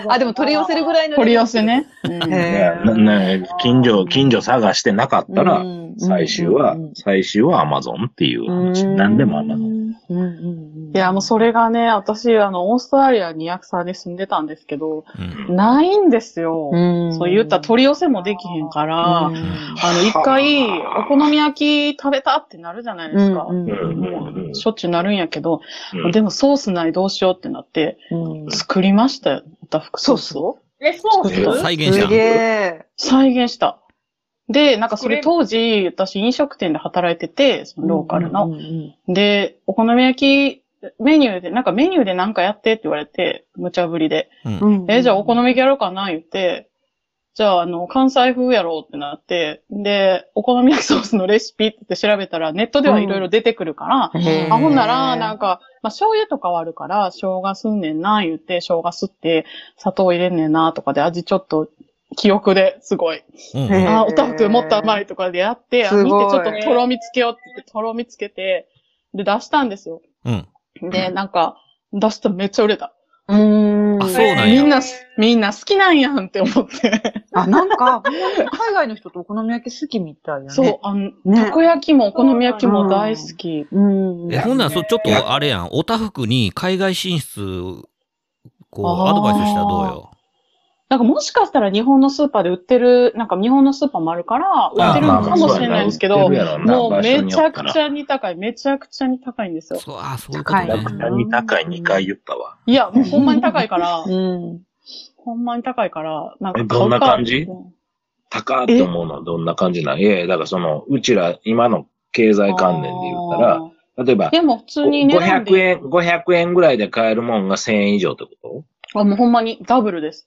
[SPEAKER 4] あ、でも取り寄せるぐらいの。
[SPEAKER 6] 取り寄せね。うん。
[SPEAKER 4] へー。
[SPEAKER 2] ねね近所、近所探してなかったら
[SPEAKER 4] う、ん
[SPEAKER 2] 最終は、最終はアマゾンっていう話。何でもアマゾン。
[SPEAKER 4] うんうんうん
[SPEAKER 6] いや、もうそれがね、私、あの、オーストラリアにヤクサで住んでたんですけど、
[SPEAKER 1] うん。
[SPEAKER 6] ないんですよ。
[SPEAKER 4] うん
[SPEAKER 6] そう言ったら取り寄せもできへんから、
[SPEAKER 4] うん
[SPEAKER 6] あの、一回、お好み焼き食べたってなるじゃないですか。
[SPEAKER 4] う
[SPEAKER 2] うん
[SPEAKER 4] ん
[SPEAKER 2] うんうん
[SPEAKER 6] しょっちゅうなるんやけど、
[SPEAKER 2] うん
[SPEAKER 6] でもソースないどうしようってなって、
[SPEAKER 4] うん
[SPEAKER 6] 作りましたよ。また服
[SPEAKER 4] ソ
[SPEAKER 6] ソ
[SPEAKER 4] ー
[SPEAKER 6] ー
[SPEAKER 4] ス
[SPEAKER 6] ス
[SPEAKER 4] を
[SPEAKER 6] を
[SPEAKER 7] え、そう
[SPEAKER 1] え再現し
[SPEAKER 4] す
[SPEAKER 1] た
[SPEAKER 4] げ
[SPEAKER 1] ん
[SPEAKER 4] え。
[SPEAKER 6] 再現した。で、なんかそれ当時、私飲食店で働いてて、そのローカルの。
[SPEAKER 4] うんうん
[SPEAKER 6] で、お好み焼きメニューで、なんかメニューでなんかやってって言われて、無茶ぶりで。
[SPEAKER 4] うん
[SPEAKER 6] え、じゃあお好み焼きやろうかな、言って、じゃあ、あの、関西風やろうってなって、で、お好み焼きソースのレシピって調べたら、ネットではいろいろ出てくるから、
[SPEAKER 4] へー
[SPEAKER 6] あ、ほんなら、なんか、まあ、醤油とかはあるから、生姜すんねんな、言って、生姜吸って、砂糖入れんねんな、とかで、味ちょっと、記憶ですごい。
[SPEAKER 1] うん
[SPEAKER 4] へー
[SPEAKER 6] あ、おたふくもっと甘いとかでやって、あ、
[SPEAKER 4] す
[SPEAKER 6] 見てち
[SPEAKER 4] ごい
[SPEAKER 6] ょっととろみつけようって言って、とろみつけて、で、出したんですよ。
[SPEAKER 1] うん。
[SPEAKER 6] で、なんか、出したらめっちゃ売れた。
[SPEAKER 4] うーん
[SPEAKER 1] あ、そうなん
[SPEAKER 6] み
[SPEAKER 1] や。
[SPEAKER 6] んな、みんな好きなんやんって思って。
[SPEAKER 4] あ、なんか、ほんまに海外の人とお好み焼き好きみたいやね。
[SPEAKER 6] そう、あの、
[SPEAKER 4] ね
[SPEAKER 6] たこ焼きもお好み焼きも大好き。
[SPEAKER 4] うん。うん。
[SPEAKER 1] え、ほんなら、そうちょっとあれやん、おたふくに海外進出、こう、アドバイスしたらどうよ。
[SPEAKER 6] なんかもしかしたら日本のスーパーで売ってる、なんか日本のスーパーもあるから、売
[SPEAKER 2] あ
[SPEAKER 6] ってるのかもしれないですけ
[SPEAKER 2] まあ
[SPEAKER 6] ど、
[SPEAKER 2] まあ
[SPEAKER 6] もうめちゃくち
[SPEAKER 2] ゃ。
[SPEAKER 6] ゃに高い、めちゃくちゃに高いんですよ。
[SPEAKER 1] そう、あ、そういうこと
[SPEAKER 2] め
[SPEAKER 1] ね
[SPEAKER 2] ちゃ。くちゃに高い2回言ったわ。
[SPEAKER 6] いや、もうほんまに高いから、
[SPEAKER 4] うん。
[SPEAKER 6] ほんまに高いから、なんか
[SPEAKER 2] えどんな感じ
[SPEAKER 6] 買うか
[SPEAKER 2] 高って思うのはどんな感じなんいやいや、だからその、うちら今の経済観念で言った
[SPEAKER 6] あ
[SPEAKER 2] ら、例えば
[SPEAKER 6] ーい、や、もう普通にね、
[SPEAKER 2] 500円、500円ぐらいで買えるもんが1000円以上ってこ
[SPEAKER 6] あ、もうほんまにダブルです。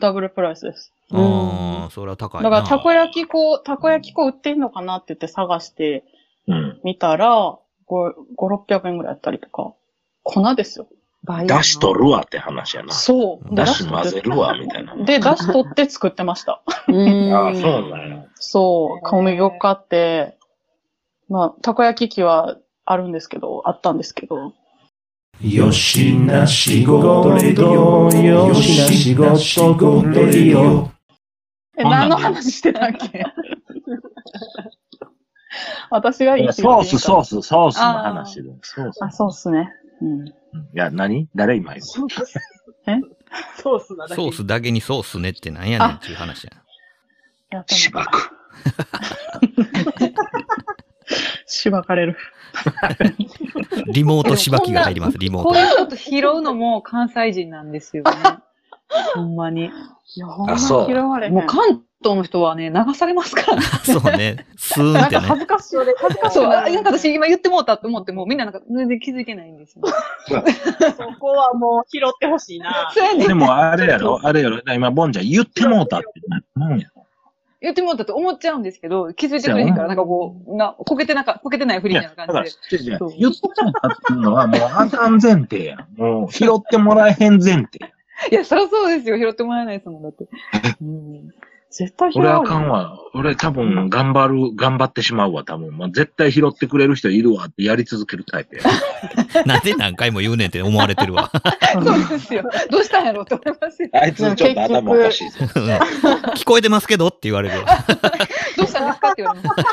[SPEAKER 6] ダブルプライスです。
[SPEAKER 1] ああ、それは高
[SPEAKER 6] だ
[SPEAKER 1] いな。
[SPEAKER 6] から、たこ焼き粉、たこ焼き粉売ってんのかなって言って探して
[SPEAKER 2] うん。
[SPEAKER 6] みたら、5、600円ぐらいやったりとか。粉ですよ。
[SPEAKER 4] 倍やな
[SPEAKER 2] 出しとるわって話やな。
[SPEAKER 6] そう。
[SPEAKER 2] 出し混ぜるわ、みたいな。
[SPEAKER 6] で、出汁取って作って ました。
[SPEAKER 2] ああ、そうなんや。
[SPEAKER 6] そう、小麦粉買って、まあ、たこ焼き器はあるんですけど、あったんですけど、
[SPEAKER 9] よしなしごとレディオよしなしごとごとレディオ
[SPEAKER 6] え、
[SPEAKER 2] あなんで
[SPEAKER 6] 何の話してたっけ 私がいいって言
[SPEAKER 2] ソー
[SPEAKER 6] ってい
[SPEAKER 2] ス、
[SPEAKER 6] いか
[SPEAKER 2] ソース、ソースの話で。ソース。
[SPEAKER 6] あ、そうっすね。うん。
[SPEAKER 2] うんいや、何誰今言う
[SPEAKER 7] ソースなだけ
[SPEAKER 1] ソースだけにソースねってなんやねんっていう話や。
[SPEAKER 6] やった
[SPEAKER 2] しばく。
[SPEAKER 6] しばかれる。
[SPEAKER 1] リモートしばきが入ります、リモ
[SPEAKER 4] こう
[SPEAKER 1] ー
[SPEAKER 4] いうこと拾うのも関西人なんですよね。ほんまに。
[SPEAKER 6] いや、ほん
[SPEAKER 2] あ
[SPEAKER 6] ま
[SPEAKER 2] そう
[SPEAKER 6] 拾われへん。
[SPEAKER 4] もう関東の人はね、流されますからね。
[SPEAKER 1] ト。 そうね。スーン
[SPEAKER 6] な
[SPEAKER 1] っ
[SPEAKER 6] ん
[SPEAKER 1] て
[SPEAKER 6] か
[SPEAKER 1] ね
[SPEAKER 6] 恥。ずかしい。恥ずかしい。
[SPEAKER 4] そう、あなんか私今言ってもうたって思って、もうみんななんか全然気づいてないんですよ。
[SPEAKER 7] そこはもう拾ってほしいな。
[SPEAKER 4] そうやね
[SPEAKER 2] でも、あれやろ、あれやろ、今、ボンちゃん言ってもうたってなったんやろ。
[SPEAKER 4] 言ってもうたって思っちゃうんですけど、気づいてくれへんから、なんかこう、な、こけてなんか、こけてないふ
[SPEAKER 2] い
[SPEAKER 4] りみた
[SPEAKER 2] や、
[SPEAKER 4] いな
[SPEAKER 2] だ
[SPEAKER 4] 感
[SPEAKER 2] から、
[SPEAKER 4] じで。
[SPEAKER 2] 違う違う
[SPEAKER 4] そう
[SPEAKER 2] 言ってもうたっていうのは、もう、あかん前提やん。もう、拾ってもらえへん前提やん。
[SPEAKER 4] いや、そりゃそうですよ。拾ってもらえないですもん、だって。うん
[SPEAKER 6] 絶対拾
[SPEAKER 2] 俺あ
[SPEAKER 6] われ
[SPEAKER 2] か
[SPEAKER 6] へ
[SPEAKER 2] ん
[SPEAKER 6] ん。
[SPEAKER 2] わ。俺多分、頑張る、頑張ってしまうわ、多分。まあ、絶対拾ってくれる人いるわってやり続けるタイプや。
[SPEAKER 1] なんで何回も言うねんって思われてるわ。
[SPEAKER 4] そうですよ。どうしたんやろうって思いますよ。
[SPEAKER 2] あいつちょっと頭おかしい ぞ。
[SPEAKER 1] うん聞こえてますけどって言われるわ。
[SPEAKER 4] どうしたんですかって言われます。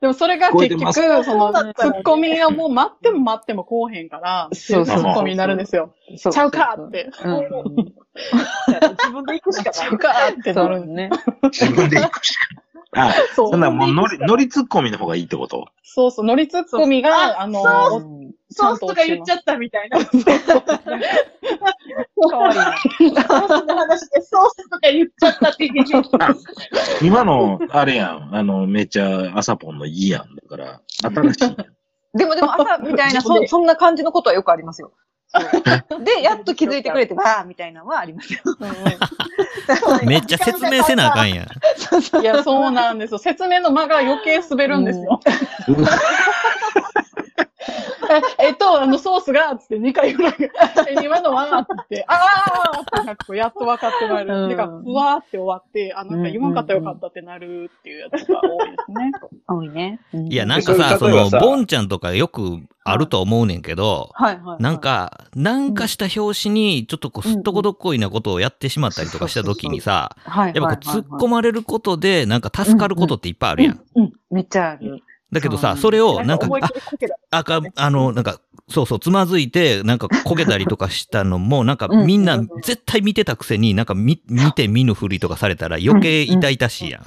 [SPEAKER 6] でもそれが結局、その、
[SPEAKER 7] そうだった
[SPEAKER 6] ツ
[SPEAKER 7] らね
[SPEAKER 6] ッコミをもう待っても待ってもこうへんから、
[SPEAKER 4] そう
[SPEAKER 6] ツ
[SPEAKER 2] そう
[SPEAKER 6] ッコミになるんですよ。
[SPEAKER 4] そ
[SPEAKER 6] ちゃうかって。
[SPEAKER 4] そうそう。うん
[SPEAKER 7] 自分で行くしか
[SPEAKER 6] ち
[SPEAKER 7] ない
[SPEAKER 6] ゃ。
[SPEAKER 7] う
[SPEAKER 6] かってなる
[SPEAKER 4] そうね。
[SPEAKER 2] 自分で行くしかない。あ、
[SPEAKER 6] そう
[SPEAKER 2] そんなもう乗り、乗り突っ込みの方がいいってこと
[SPEAKER 6] そうそう、乗りツッコミが、
[SPEAKER 7] あ
[SPEAKER 6] あの、
[SPEAKER 7] そ
[SPEAKER 4] うん
[SPEAKER 6] ちゃ
[SPEAKER 7] ソー
[SPEAKER 6] ん
[SPEAKER 7] ス
[SPEAKER 6] と
[SPEAKER 7] とか言っちゃったみたいな。ソー
[SPEAKER 6] かわいいな。
[SPEAKER 7] スの話でソースとか言っちゃったっ て言ってみたいな
[SPEAKER 2] 今の、あれやん。あの、めっちゃ、朝ポンのいいやん。だから、新しいやん。
[SPEAKER 4] でもでも朝みたいな、 そそんな感じのことはよくあります よ。そうで、やっと気づいてくれて、わーみたいなのはありますよ。
[SPEAKER 1] めっちゃ説明せなあかんやん。
[SPEAKER 6] いや、そうなんですよ。説明の間が余計滑るんですよ。ええっと、あの、ソースが、つって2回ぐらい、え今のは、つって、あーってなんかこうやっと分かってもらえる。
[SPEAKER 4] うん
[SPEAKER 6] てか、ふわーって終わって、あ、なんか言わんかったらよかったってなるっていうやつが多いですね。
[SPEAKER 4] 多いね。
[SPEAKER 1] いや、なんかさ、そ
[SPEAKER 2] そういう例え
[SPEAKER 1] の、
[SPEAKER 2] ばさ
[SPEAKER 1] ボンちゃんとかよくあると思うねんけど、
[SPEAKER 4] はいは い。
[SPEAKER 1] なんか、なんかした拍子に、ちょっとこう、すっとこどっこいなことをやってしまったりとかした時にさ、
[SPEAKER 4] はい、
[SPEAKER 1] やっぱこう、突っ込
[SPEAKER 4] む。
[SPEAKER 1] まれることで、なんか助かることっていっぱいあるやん。
[SPEAKER 4] うん、めっちゃある。
[SPEAKER 1] だけどさ、
[SPEAKER 4] そう
[SPEAKER 1] それを、なんか
[SPEAKER 7] 思い、っ
[SPEAKER 1] あ
[SPEAKER 7] き、りこけた。
[SPEAKER 1] あか、あの、なんか、そうそう、つまずいて、なんか焦げたりとかしたのも、なんかみんな絶対見てたくせに、なんか見、見て見ぬふりとかされたら余計痛々しいやん。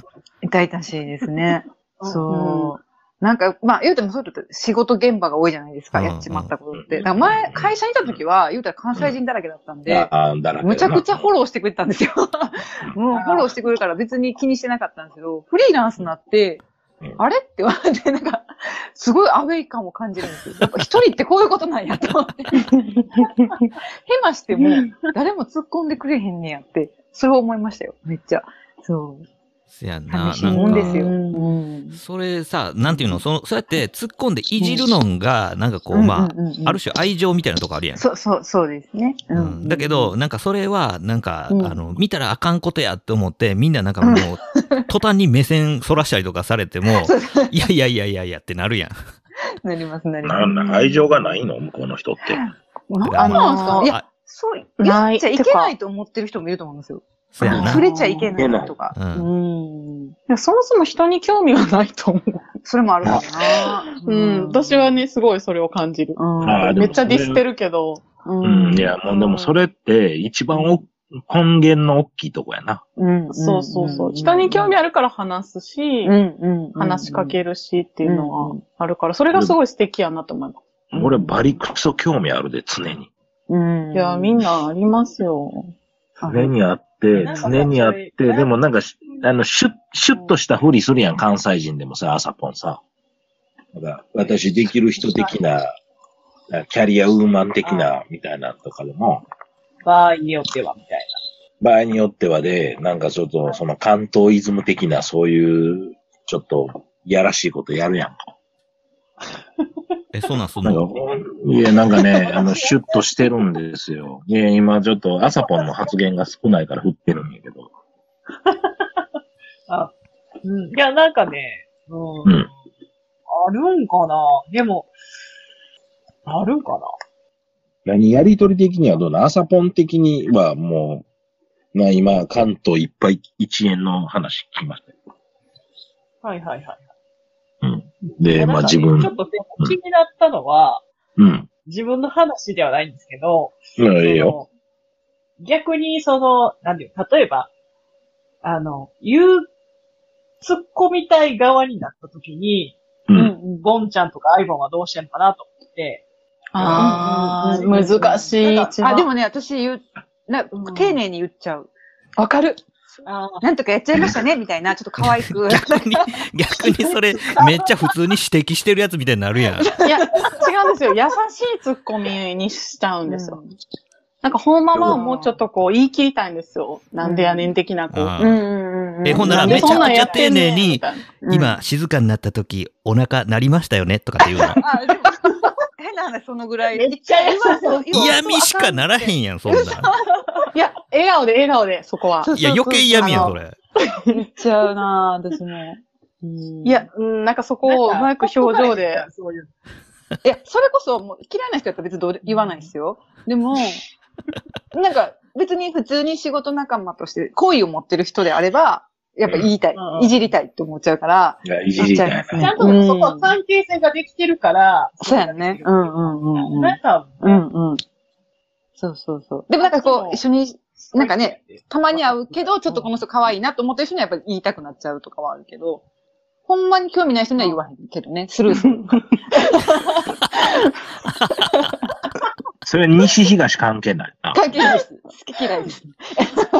[SPEAKER 4] 痛々しいですね。そう。なんか、まあ、言うてもそういうことって仕事現場が多いじゃないですか、
[SPEAKER 1] うん
[SPEAKER 4] やっちまったことっ
[SPEAKER 2] う
[SPEAKER 4] て。
[SPEAKER 2] ん
[SPEAKER 4] だから前、会社にいた時は、言うたら関西人だらけだったんで、
[SPEAKER 2] ああ、だらけやな
[SPEAKER 4] むちゃくちゃフォローしてくれてた んですよ。もうフォローしてくれるから別に気にしてなかったんですけど、フリーランスになって
[SPEAKER 2] うん、
[SPEAKER 4] あれって言われて、なんか、すごいアウェイ感を感じるんですよ。やっぱ一人ってこういうことなんやと思って。ヘマしても、誰も突っ込んでくれへんねやって、それを思いましたよ、めっちゃ。そう。
[SPEAKER 1] せやんな、
[SPEAKER 4] 寂しい
[SPEAKER 1] な
[SPEAKER 4] もんですよ。
[SPEAKER 1] んか。
[SPEAKER 4] うん
[SPEAKER 1] それさ、なんていうの、その、そうやって突っ込んでいじるのが、なんかこう、まあ、
[SPEAKER 4] うんうんうん
[SPEAKER 1] ある種愛情みたいなとこあるやん。
[SPEAKER 4] そう、そう、そうですね。う
[SPEAKER 1] うんん、だけど、、なんかそれは、なんか、
[SPEAKER 4] うん
[SPEAKER 1] あの、見たらあかんことやって思って、みんななんかもう、 途端に目線そらしたりとかされて も、いやいやいやいやいやってなるやん。
[SPEAKER 4] なります、なります。
[SPEAKER 2] なんだ、愛情がないの向こうの人って。
[SPEAKER 4] なん
[SPEAKER 1] あの
[SPEAKER 4] なんですかいや
[SPEAKER 1] あ、
[SPEAKER 4] そう、
[SPEAKER 6] ない
[SPEAKER 4] 言っちゃいけ
[SPEAKER 6] てか
[SPEAKER 4] ないと思ってる人もいると思うんですよ。
[SPEAKER 1] そうやん
[SPEAKER 4] 触
[SPEAKER 1] な。
[SPEAKER 4] れちゃいけないとか。
[SPEAKER 1] う。
[SPEAKER 4] うんん。
[SPEAKER 6] いやそもそも人に興味がないと思う。
[SPEAKER 4] それもあるかも
[SPEAKER 6] う
[SPEAKER 4] な。
[SPEAKER 6] ん、私はね、すごいそれを感じる。
[SPEAKER 4] うん、
[SPEAKER 2] あーでも
[SPEAKER 6] めっちゃディスってるけど、
[SPEAKER 4] う
[SPEAKER 2] うん、いや、もうでもそれって、一番お根源の大きいとこやな。
[SPEAKER 4] うん
[SPEAKER 6] そうそうそう。人に興味あるから話すし、
[SPEAKER 4] うんうんうん。
[SPEAKER 6] 話しかけるしっていうの
[SPEAKER 4] う
[SPEAKER 6] はあるから、それがすごい素敵やなと思います。
[SPEAKER 2] 俺、バリクソ興味あるで、常に。
[SPEAKER 4] うん。
[SPEAKER 6] いや、みんなありますよ。
[SPEAKER 2] 常にあって
[SPEAKER 7] なん、か
[SPEAKER 2] 常にあって、
[SPEAKER 7] それ
[SPEAKER 2] でもなんかし、あの、シュッ、シュッとしたふりするやん、関西人でもさ、朝ポンさ。なんか、私できる人的な、キャリアウーマン的な、みたいなのとかでも、
[SPEAKER 7] 場合によっては、みたい
[SPEAKER 2] 場合によってはで、なんかちょっと、その関東イズム的な、そういう、ちょっと、いやらしいことやるやん。
[SPEAKER 1] え、そうなんす
[SPEAKER 2] なんかいや、なんかね、 あの、シュッとしてるんですよ。いや、今ちょっと、朝ポンの発言が少ないから振ってるんやけど。
[SPEAKER 7] な。あうん、いや、なんかね、うん。
[SPEAKER 2] うん
[SPEAKER 7] あるんかなでも、あるんかな
[SPEAKER 2] 何やりとり的にはどうなの朝ポン的にはもう、な、今、関東いっぱい1円の話聞きましたよ。
[SPEAKER 7] はいはいはい。
[SPEAKER 2] で、ま
[SPEAKER 7] なん
[SPEAKER 2] あ
[SPEAKER 7] か
[SPEAKER 2] 自
[SPEAKER 7] ね
[SPEAKER 2] 分
[SPEAKER 7] ちょ、っとでも気になったのは、
[SPEAKER 2] うん。
[SPEAKER 7] 自分の話ではないんですけど、
[SPEAKER 2] うん、いいよ。
[SPEAKER 7] 逆にその、なんていう、例えば、あの、言う、突っ込みたい側になった時に、。
[SPEAKER 2] うん
[SPEAKER 7] ボンちゃんとかアイボンはどうしてんのかなと思って、
[SPEAKER 4] あ
[SPEAKER 7] うんうんうん難しい一番
[SPEAKER 4] あ、でもね、私言う、な、丁寧に言っちゃう。わかる。なんとかやっちゃいましたね、みたいな、ちょっと可愛く。
[SPEAKER 1] 逆にそれ、めっちゃ普通に指摘してるやつみたいになるやん。
[SPEAKER 6] いや、違うんですよ。優しいツッコミにしちゃうんですよ。なんか、ほんまはもうちょっとこう、言い切りたいんですよ。なんでやねん的な、 こう。
[SPEAKER 1] あー
[SPEAKER 6] うんうん
[SPEAKER 1] え、ほんなら、
[SPEAKER 6] で
[SPEAKER 1] めちゃ
[SPEAKER 6] そんな
[SPEAKER 1] く
[SPEAKER 6] ん
[SPEAKER 1] ち
[SPEAKER 6] や
[SPEAKER 1] ゃ
[SPEAKER 6] って
[SPEAKER 1] 丁
[SPEAKER 6] んねん
[SPEAKER 1] 寧に、今、静かになった時、お腹鳴りましたよねとかって言うの。
[SPEAKER 4] あでも 変な話、そのぐらい。めっ
[SPEAKER 7] ちゃ優
[SPEAKER 4] し
[SPEAKER 1] 嫌味しかならへんやん、そんな。
[SPEAKER 6] いや、笑顔で笑顔で、そこは。
[SPEAKER 1] いや、余計嫌味やん、それ。
[SPEAKER 6] 言っちゃうなぁ、 私も。いや、うんなんかそこをうまく表情で。
[SPEAKER 4] いや、それこそもう嫌いな人やったら別にどうで言わないですよ。でも、なんか別に普通に仕事仲間として好意を持ってる人であれば、やっぱ言いたい、いじりたいって思っちゃうから、
[SPEAKER 2] いやいじりたいな
[SPEAKER 4] なっち
[SPEAKER 7] ち
[SPEAKER 4] ゃいま
[SPEAKER 7] ゃ
[SPEAKER 4] す
[SPEAKER 7] ん
[SPEAKER 4] ね
[SPEAKER 7] とそこは関係性ができてるから、
[SPEAKER 4] そうやんね。うんうんうんうん。
[SPEAKER 7] なんか、
[SPEAKER 4] うんうん。そうそうそう。でもなんかこう、一緒に、なんかね、たまに会うけど、ちょっとこの人可愛いなと思ってる人にはやっぱり言いたくなっちゃうとかはあるけど、ほんまに興味ない人には言わへんけどね、スルーす る。
[SPEAKER 2] それ西東関係ないな。
[SPEAKER 4] 関係ないです。好き嫌いです。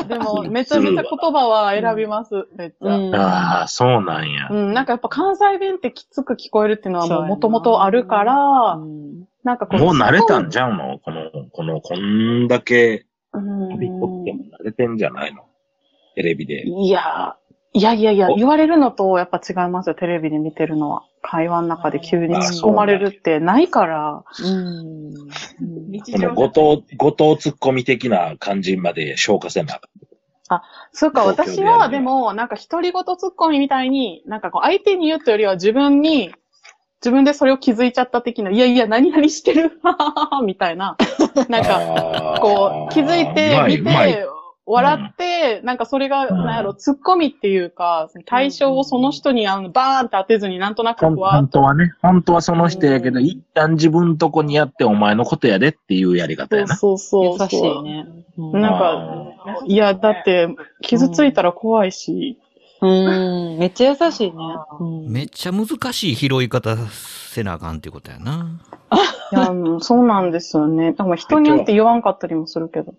[SPEAKER 6] でも、めちゃめちゃ言葉は選びます、めっちゃ。
[SPEAKER 2] ああ、そうなんや。
[SPEAKER 6] うん、なんかやっぱ関西弁ってきつく聞こえるっていうのはもう元々あるから、なんかこう。
[SPEAKER 2] もう慣れたんじゃうのこの、この、こんだけ飛び越っても慣れてんじゃないのテレビで。
[SPEAKER 6] いやー、いやいやいや、言われるのとやっぱ違いますよ、テレビで見てるのは。会話の中で急に突っ込まれるってないから。
[SPEAKER 2] この後藤、後藤突っ込み的な感じまで消化せなあかん
[SPEAKER 6] あ、そうか、
[SPEAKER 2] 東京
[SPEAKER 6] 私
[SPEAKER 2] でやる
[SPEAKER 6] はでも、なんか独り言ツッコミみたいに、なんかこう相手に言うというよりは自分に、自分でそれを気づいちゃった的な、いやいや、何々してる、 ははははみたいな、なんか、こう、気づいて
[SPEAKER 4] う、まい
[SPEAKER 6] 見
[SPEAKER 4] うまい
[SPEAKER 6] て、笑って、なんかそれが、なんやろ、ツッコミっていうか、その対象をその人に、あの、バーンって当てずになんとなくふわー
[SPEAKER 2] 本
[SPEAKER 6] っと
[SPEAKER 2] 当はね、本当はその人やけど、一旦自分とこにやってお前のことやでっていうやり方やな。
[SPEAKER 6] そうそうそ
[SPEAKER 2] 優
[SPEAKER 6] う。
[SPEAKER 2] しい
[SPEAKER 6] ね。
[SPEAKER 2] ん
[SPEAKER 6] なんか、いや、だって、傷ついたら怖いし。うん、めっちゃ優しいね。
[SPEAKER 1] めっちゃ難しい拾い方せなあかんっていうことやな。
[SPEAKER 6] いや、うんそうなんですよね。でも人によって言わんかったりもするけど。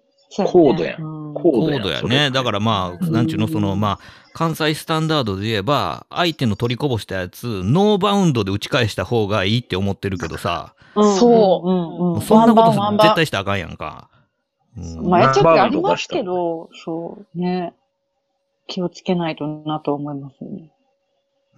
[SPEAKER 2] 高度やん。
[SPEAKER 1] 高度やね。だからまあ、なんちゅうの、そのまあ、関西スタンダードで言えば、相手の取りこぼしたやつ、ノーバウンドで打ち返した方がいいって思ってるけどさ、
[SPEAKER 6] そう。
[SPEAKER 1] もうそんなこと
[SPEAKER 6] ワンバンワンバン
[SPEAKER 1] 絶対したらあかんやんか。
[SPEAKER 10] まあ、やっちゃってあります
[SPEAKER 1] ど。
[SPEAKER 10] けど、そう。ね。気をつけないとなと思いますよね。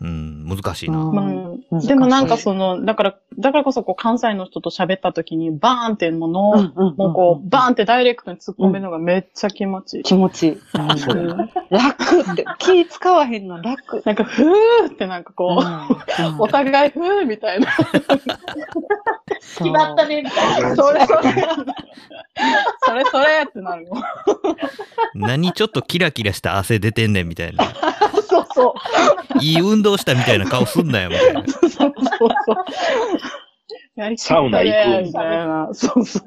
[SPEAKER 1] うん、難しいな。
[SPEAKER 6] うんでもなんかその、だから、だからこそこう関西の人と喋った時にバーンってもうの、もうこう、バーンってダイレクトに突っ込めるのがめっちゃ気持ちいい。
[SPEAKER 10] 気持ちいい。
[SPEAKER 6] うん
[SPEAKER 10] 楽って、気使わへんの楽。
[SPEAKER 6] なんか、ふーってなんかこう、 お互いふーみたいな。
[SPEAKER 7] 決まったね、みたいな。
[SPEAKER 6] それそれ。それそれってなるの。
[SPEAKER 1] 何ちょっとキラキラした汗出てんねんみたいな。
[SPEAKER 6] そうそう。
[SPEAKER 1] いい運動したみたいな顔すんなよみたいな。
[SPEAKER 6] やり
[SPEAKER 1] サウナ行く
[SPEAKER 6] みたいな。そうそう。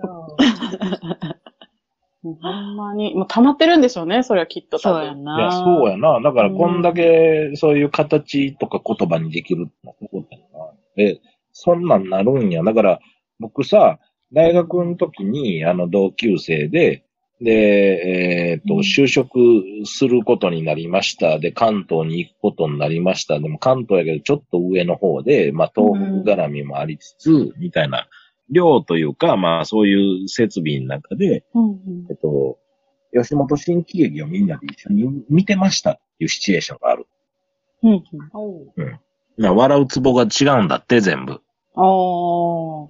[SPEAKER 6] もうほんまに、もう溜まってるんでしょうね、それはきっと多分。そうや
[SPEAKER 2] いや、そうやな。だから、こんだけ、そういう形とか言葉にできるってことやな。で、そんなんなるんや。だから、僕さ、大学の時に、あの、同級生で、で、えっ、と、就職することになりました。で、関東に行くことになりました。でも関東やけど、ちょっと上の方で、まあ、東北絡みもありつつ、みたいな寮というか、まあそういう設備の中で、えっと、吉本新喜劇をみんなで一緒に見てましたっていうシチュエーションがある。
[SPEAKER 6] うん。
[SPEAKER 2] うん。な笑うツボが違うんだって、全部。
[SPEAKER 6] ああ。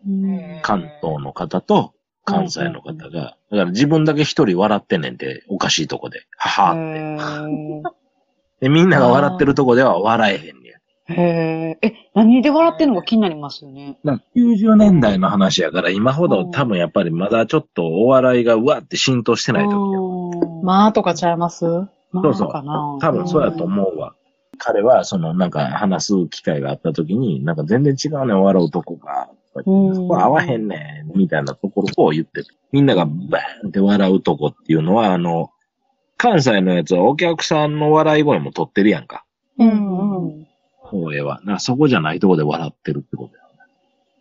[SPEAKER 2] 関東の方と関西の方が。だから自分だけ一人笑ってんねんて、おかしいとこで。ははって。で、みんなが笑ってるとこでは笑えへんねん。
[SPEAKER 10] へえ。え、何で笑ってんのか気になりますよね。
[SPEAKER 2] だから90年代の話やから、今ほど多分やっぱりまだちょっとお笑いがうわって浸透してないと
[SPEAKER 6] まあとかちゃいます
[SPEAKER 2] そうそう。多分そうやと思うわ。彼は、その、なんか話す機会があった時に、なんか全然違うねん、笑うとこが。とか言ってそこ合わへんねん、みたいなところを言っててみんながバーンって笑うとこっていうのは、あの、関西のやつはお客さんの笑い声も取ってるやんか。
[SPEAKER 6] うん。
[SPEAKER 2] 声は。な、そこじゃないとこで笑ってるってこ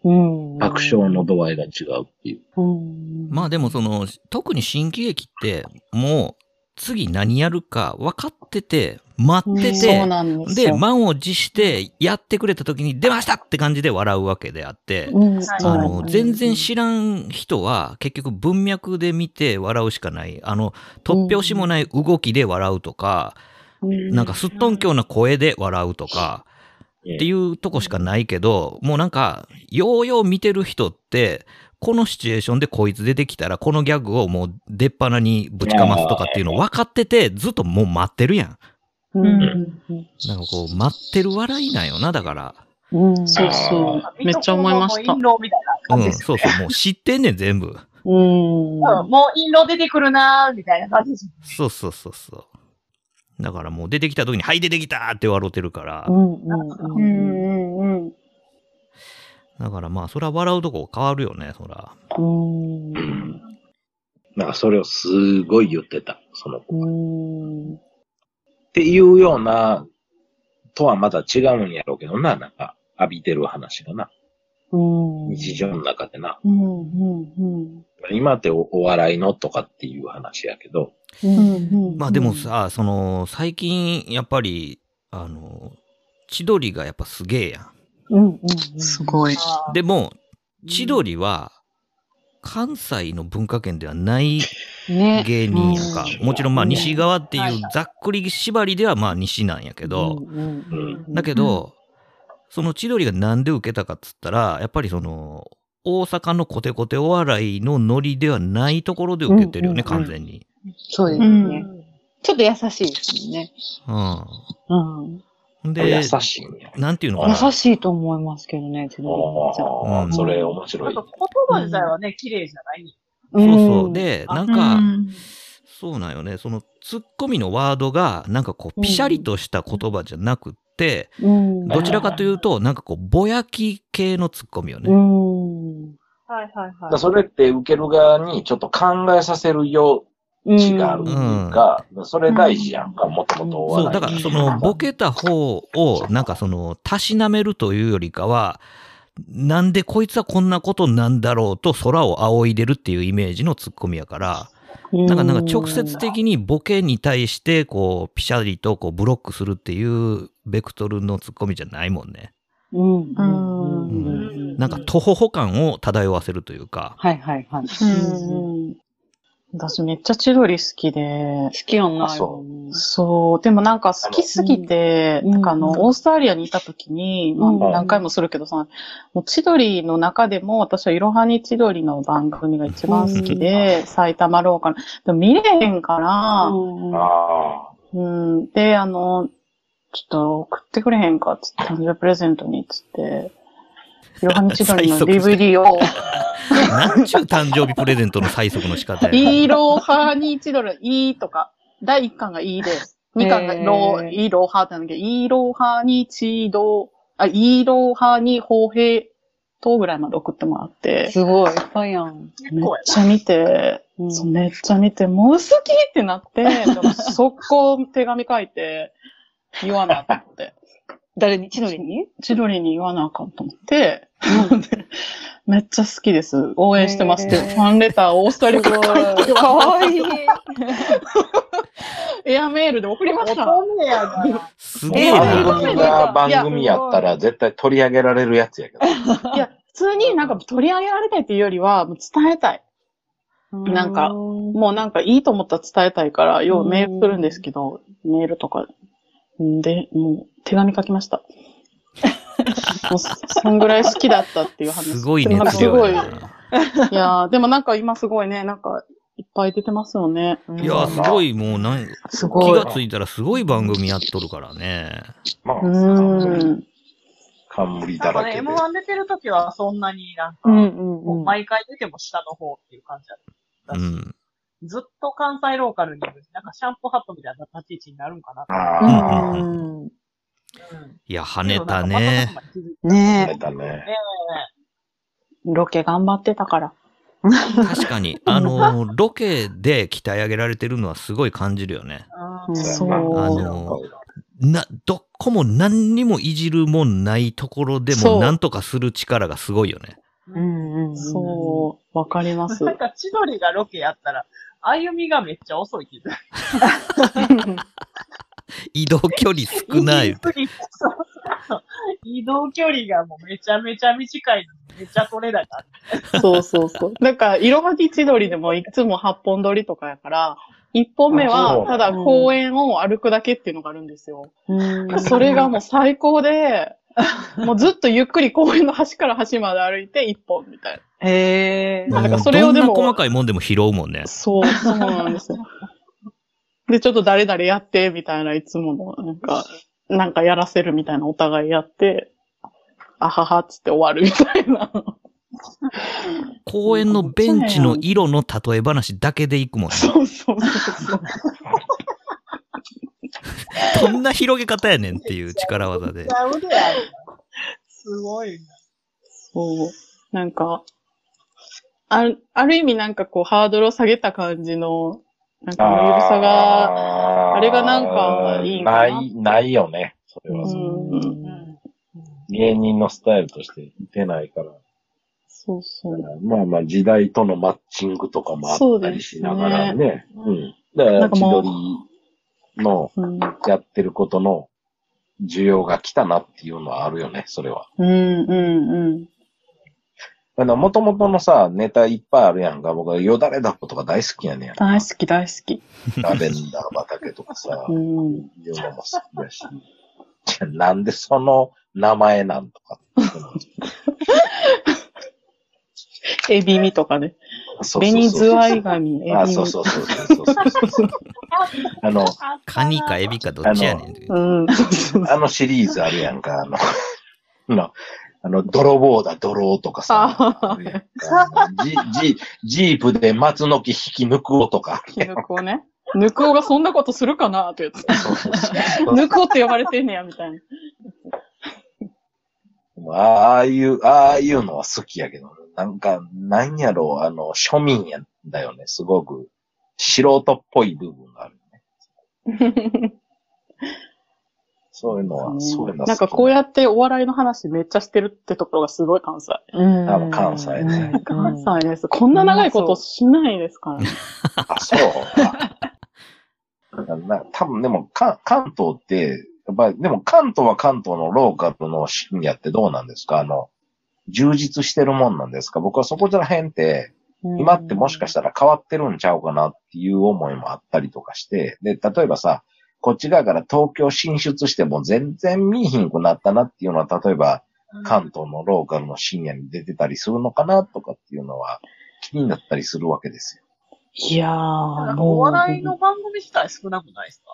[SPEAKER 2] とや。
[SPEAKER 10] うん。
[SPEAKER 2] 爆笑の度合いが違うっていう。
[SPEAKER 1] まあでもその、特に新喜劇って、もう、次何やるか分かってて、待って
[SPEAKER 6] うん
[SPEAKER 1] て、
[SPEAKER 6] そうなんです
[SPEAKER 1] で
[SPEAKER 6] よ
[SPEAKER 1] 満を持して、やってくれた時に、出ましたって感じで笑うわけであって、
[SPEAKER 6] うん
[SPEAKER 1] あ
[SPEAKER 6] そう
[SPEAKER 1] の、
[SPEAKER 6] ですね
[SPEAKER 1] 全然知らん人は、結局文脈で見て笑うしかない。あの、突拍子もない動きで笑うとか、なんかすっとんきょうな声で笑うとか、っていうとこしかないけど、もうなんか、ようよう見てる人って、このシチュエーションでこいつ出てきたら、このギャグをもう出っ放にぶちかますとかっていうの分かってて、ずっともう待ってるやん。
[SPEAKER 10] うん。
[SPEAKER 1] なんかこう、待ってる笑いなんよな、だから。
[SPEAKER 10] うん。そうそう。めっちゃ思いました。
[SPEAKER 7] 陰謀みたいな
[SPEAKER 1] う
[SPEAKER 7] 感じで
[SPEAKER 1] ん、
[SPEAKER 7] す。
[SPEAKER 1] そうそう、もう知ってんねん、全部。
[SPEAKER 10] うん。
[SPEAKER 7] もう陰謀出てくるなーみたいな感じです。
[SPEAKER 1] そうそうそうそう。だからもう出てきた時に、はい、出てきたって笑ってるから。
[SPEAKER 6] うんうんうん。
[SPEAKER 1] だからまあ、それは笑うとこ変わるよね、そら。
[SPEAKER 2] うん。だからそれをすごい言ってた、その子
[SPEAKER 10] が。
[SPEAKER 2] っていうような、とはまた違うんやろうけどな、なんか、浴びてる話がな。
[SPEAKER 10] うん。
[SPEAKER 2] 日常の中でな。
[SPEAKER 10] うん。うん。
[SPEAKER 2] 今っておお笑いのとかっていう話やけど、
[SPEAKER 10] うん。
[SPEAKER 1] まあでもさ、その、最近、やっぱり、あの、千鳥がやっぱすげえやん。
[SPEAKER 10] うん。すごい。
[SPEAKER 1] でも、千鳥は、関西の文化圏ではない
[SPEAKER 10] ね。
[SPEAKER 1] 芸人やんか。もちろんまあ
[SPEAKER 10] うん
[SPEAKER 1] 西側っていうざっくり縛りではまあ西なんやけど、だけど、その千鳥がなんで受けたかっつったら、やっぱりその、大阪のコテコテお笑いのノリではないところで受けてるよね、
[SPEAKER 10] うんうんうん
[SPEAKER 1] 完全に。
[SPEAKER 10] そうですね。ちょっと優しいですね。
[SPEAKER 1] う
[SPEAKER 10] うん。
[SPEAKER 1] ん。で、
[SPEAKER 2] 優しいんや。
[SPEAKER 1] なんていうのかな。
[SPEAKER 10] 優しいと思いますけどね、自分
[SPEAKER 1] あー
[SPEAKER 10] は。
[SPEAKER 1] それ
[SPEAKER 2] 面白い。
[SPEAKER 7] 言葉自体はね、綺麗じゃない。
[SPEAKER 1] そうそう。で、なんか、
[SPEAKER 7] うん
[SPEAKER 1] そうなんよね。その、ツッコミのワードが、なんかこう、ピシャリとした言葉じゃなくって、
[SPEAKER 10] うん
[SPEAKER 1] どちらかというと、なんかこう、ぼやき系のツッコミよね。
[SPEAKER 7] はいはい
[SPEAKER 2] だ
[SPEAKER 7] は
[SPEAKER 2] からそれって受ける側にちょっと考えさせるよう、違うっていうか、それ大事やんか、もともとお
[SPEAKER 1] そう、
[SPEAKER 2] 笑い
[SPEAKER 1] だから、その、ボケた方を、なんかその、たしなめるというよりかは、なんでこいつはこんなことなんだろうと空を仰いでるっていうイメージのツッコミやから、なんかなんか直接的にボケに対して、こう、ピシャリとこうブロックするっていうベクトルのツッコミじゃないもんね。
[SPEAKER 10] うん。
[SPEAKER 1] なんか、徒歩歩感を漂わせるというか。
[SPEAKER 10] はいはいはい。
[SPEAKER 6] うん。私めっちゃ千鳥好きで。好
[SPEAKER 10] きよな。
[SPEAKER 6] そう。そう。でもなんか好きすぎて、なんかあの、オーストラリアにいた時に、まあ
[SPEAKER 10] うん
[SPEAKER 6] 何回もするけどさ、もう千鳥の中でも私はいろはに千鳥の番組が一番好きで、埼玉ローカル。でも見れへんから、うん。で、あの、ちょっと送ってくれへんかっつって、誕生日プレゼントに、つって、いろはに千鳥の DVD を、
[SPEAKER 1] なんちゅう誕生日プレゼントの催促の仕方や
[SPEAKER 6] いろはに千 鳥、いいとか、第1巻がいいで、2巻がロー、いろはってなんだけど、いろはに千鳥、あ、いろはにほへとぐらいまで送ってもらって、
[SPEAKER 10] すごい、いっぱいやん。
[SPEAKER 6] めっちゃ見て、そうめっちゃ見て、もう好きってなって、でも速攻手紙書いて、言わなあかんって。
[SPEAKER 10] 誰に千鳥に
[SPEAKER 6] 千鳥に言わなあかんと思って、 めっちゃ好きです。応援してますって、ファンレターをオーストラリア から書いて
[SPEAKER 10] かわいい。
[SPEAKER 6] エアメールで送りました。
[SPEAKER 1] す
[SPEAKER 2] 番組が番組やった
[SPEAKER 6] い
[SPEAKER 2] ら絶対取り上げられるやつやけど。
[SPEAKER 6] や、通になんか取り上げられたいっていうよりは、もう伝えたい。なんか、もうなんかいいと思ったら伝えたいから、ようメール来るんですけど、メールとか、んで、もう手紙書きました。 もうそそんぐらい好きだったっていう話。
[SPEAKER 1] すごい
[SPEAKER 6] ね
[SPEAKER 1] 熱
[SPEAKER 6] す
[SPEAKER 1] 量
[SPEAKER 6] ごい。い
[SPEAKER 1] や
[SPEAKER 6] やーでもなんか今すごいね、なんかいっぱい出てますよね。
[SPEAKER 1] いや、すごい、もうなん、
[SPEAKER 6] すごい
[SPEAKER 1] 気がついたらすごい番組やっとるからね。
[SPEAKER 2] まあ
[SPEAKER 6] うーん。
[SPEAKER 2] 冠
[SPEAKER 7] なん
[SPEAKER 2] だ
[SPEAKER 7] からね、
[SPEAKER 2] けで。
[SPEAKER 7] M1 出てる時はそんなになんか、
[SPEAKER 6] うん
[SPEAKER 7] もう毎回出ても下の方っていう感じだった。
[SPEAKER 1] うん。
[SPEAKER 7] ずっと関西ローカルにいる、なんかシャンプーハットみたいな立ち位置になるんかな。
[SPEAKER 1] あー
[SPEAKER 7] うん。
[SPEAKER 1] いや、跳ねたね。
[SPEAKER 6] ね
[SPEAKER 2] え。だね。
[SPEAKER 6] ロケ頑張ってたから。
[SPEAKER 1] 確かに、あの、ロケで鍛え上げられてるのはすごい感じるよね。
[SPEAKER 6] そう。
[SPEAKER 1] あの、な、どこも何にもいじるもんないところで
[SPEAKER 6] そ
[SPEAKER 1] も、
[SPEAKER 6] う
[SPEAKER 1] なんとかする力がすごいよね。
[SPEAKER 6] うんうん。そう、わかります。
[SPEAKER 7] なんか千鳥がロケやったら、歩みがめっちゃ遅いって言って
[SPEAKER 1] 移動距離少 ない。
[SPEAKER 7] たそうそうそう移動距離がもうめちゃめちゃ短いのにめちゃ取れ高。
[SPEAKER 6] そうそうそう。なんか、いろはぎ千鳥でもいつも8本撮りとかやから、1本目
[SPEAKER 10] あそう
[SPEAKER 6] はただ公園を歩くだけっていうのがあるんですよ。
[SPEAKER 10] うん
[SPEAKER 6] それがもう最高で、もうずっとゆっくり公園の端から端まで歩いて1本みたいな。へえ。なんかそれをで
[SPEAKER 1] もうどんな細
[SPEAKER 6] も、
[SPEAKER 1] かいもんでも拾うもんね。
[SPEAKER 6] そう、そうなんですよ。で、ちょっと誰々やって、みたいな、いつもの、なんか、なんかやらせるみたいな、お互いやって、あははっつって終わるみたいな。
[SPEAKER 1] 公園のベンチの色の例え話だけでいくもんね。
[SPEAKER 6] そうそうそう。
[SPEAKER 1] どんな広げ方やねんっていう力技で。
[SPEAKER 7] なるでやるなすごいな。
[SPEAKER 6] そう。なんか、ある、ある意味なんかこう、ハードルを下げた感じの、なんか、ゆるさが、あれがなんか、いいんかな。
[SPEAKER 2] ない、ないよね。それは。芸人のスタイルとして出ないから。
[SPEAKER 6] そうそう。
[SPEAKER 2] まあまあ時代とのマッチングとかもあったりしながら
[SPEAKER 6] そうで
[SPEAKER 2] ね。うん。だから
[SPEAKER 6] なんか
[SPEAKER 2] 千
[SPEAKER 6] もう
[SPEAKER 2] 鳥のやってることの需要が来たなっていうのはあるよね、それは。
[SPEAKER 6] うん、うん、うん。
[SPEAKER 2] あの、もともとのさ、ネタいっぱいあるやんか。僕はよだれだことが大好きやねん。
[SPEAKER 6] 大好き、大好き。
[SPEAKER 2] ラベンダー畑とかさ、
[SPEAKER 6] う。
[SPEAKER 2] いうんのも好きだし。じゃあなんでその名前なんとか。
[SPEAKER 6] エビミとかね。
[SPEAKER 2] そうそうそう
[SPEAKER 6] ベニズワイガミ、エビミ。
[SPEAKER 2] あそうそうそうそうそう。あの、
[SPEAKER 1] カニかエビかどっちやねんっていう。
[SPEAKER 6] うん。
[SPEAKER 2] あのシリーズあるやんか、あの、あの、 あの泥棒だ、泥とかさ、
[SPEAKER 6] あ
[SPEAKER 2] ジジ ジープで松の木引き抜くおとかあるやん。
[SPEAKER 6] ぬくおね。ぬくおがそんなことするかなってやつ。ぬくおって呼ばれてんねや、みたいな。
[SPEAKER 2] ああいう、ああいうのは好きやけど、なんか、なんやろう、あの、庶民やんだよね、すごく。素人っぽい部分があるね。 そういうのは、そういうのは
[SPEAKER 6] なんかこうやってお笑いの話めっちゃしてるってところがすごい関西。
[SPEAKER 2] うんあの関西ね
[SPEAKER 6] 関西です。こんな長いことしないですからね。
[SPEAKER 2] あ、そう。なな多分でもか、関東って、やっぱり、でも関東は関東のローカルのシニアってどうなんですかあの、充実してるもんなんですか僕はそこら辺って、今ってもしかしたら変わってるんちゃうかなっていう思いもあったりとかして、で、例えばさ、こっち側から東京進出しても全然見えひんくなったなっていうのは、例えば関東のローカルの深夜に出てたりするのかなとかっていうのは気になったりするわけですよ。
[SPEAKER 6] いやー、
[SPEAKER 7] なんか
[SPEAKER 6] もう。
[SPEAKER 7] お笑いの番組自体少なくないですか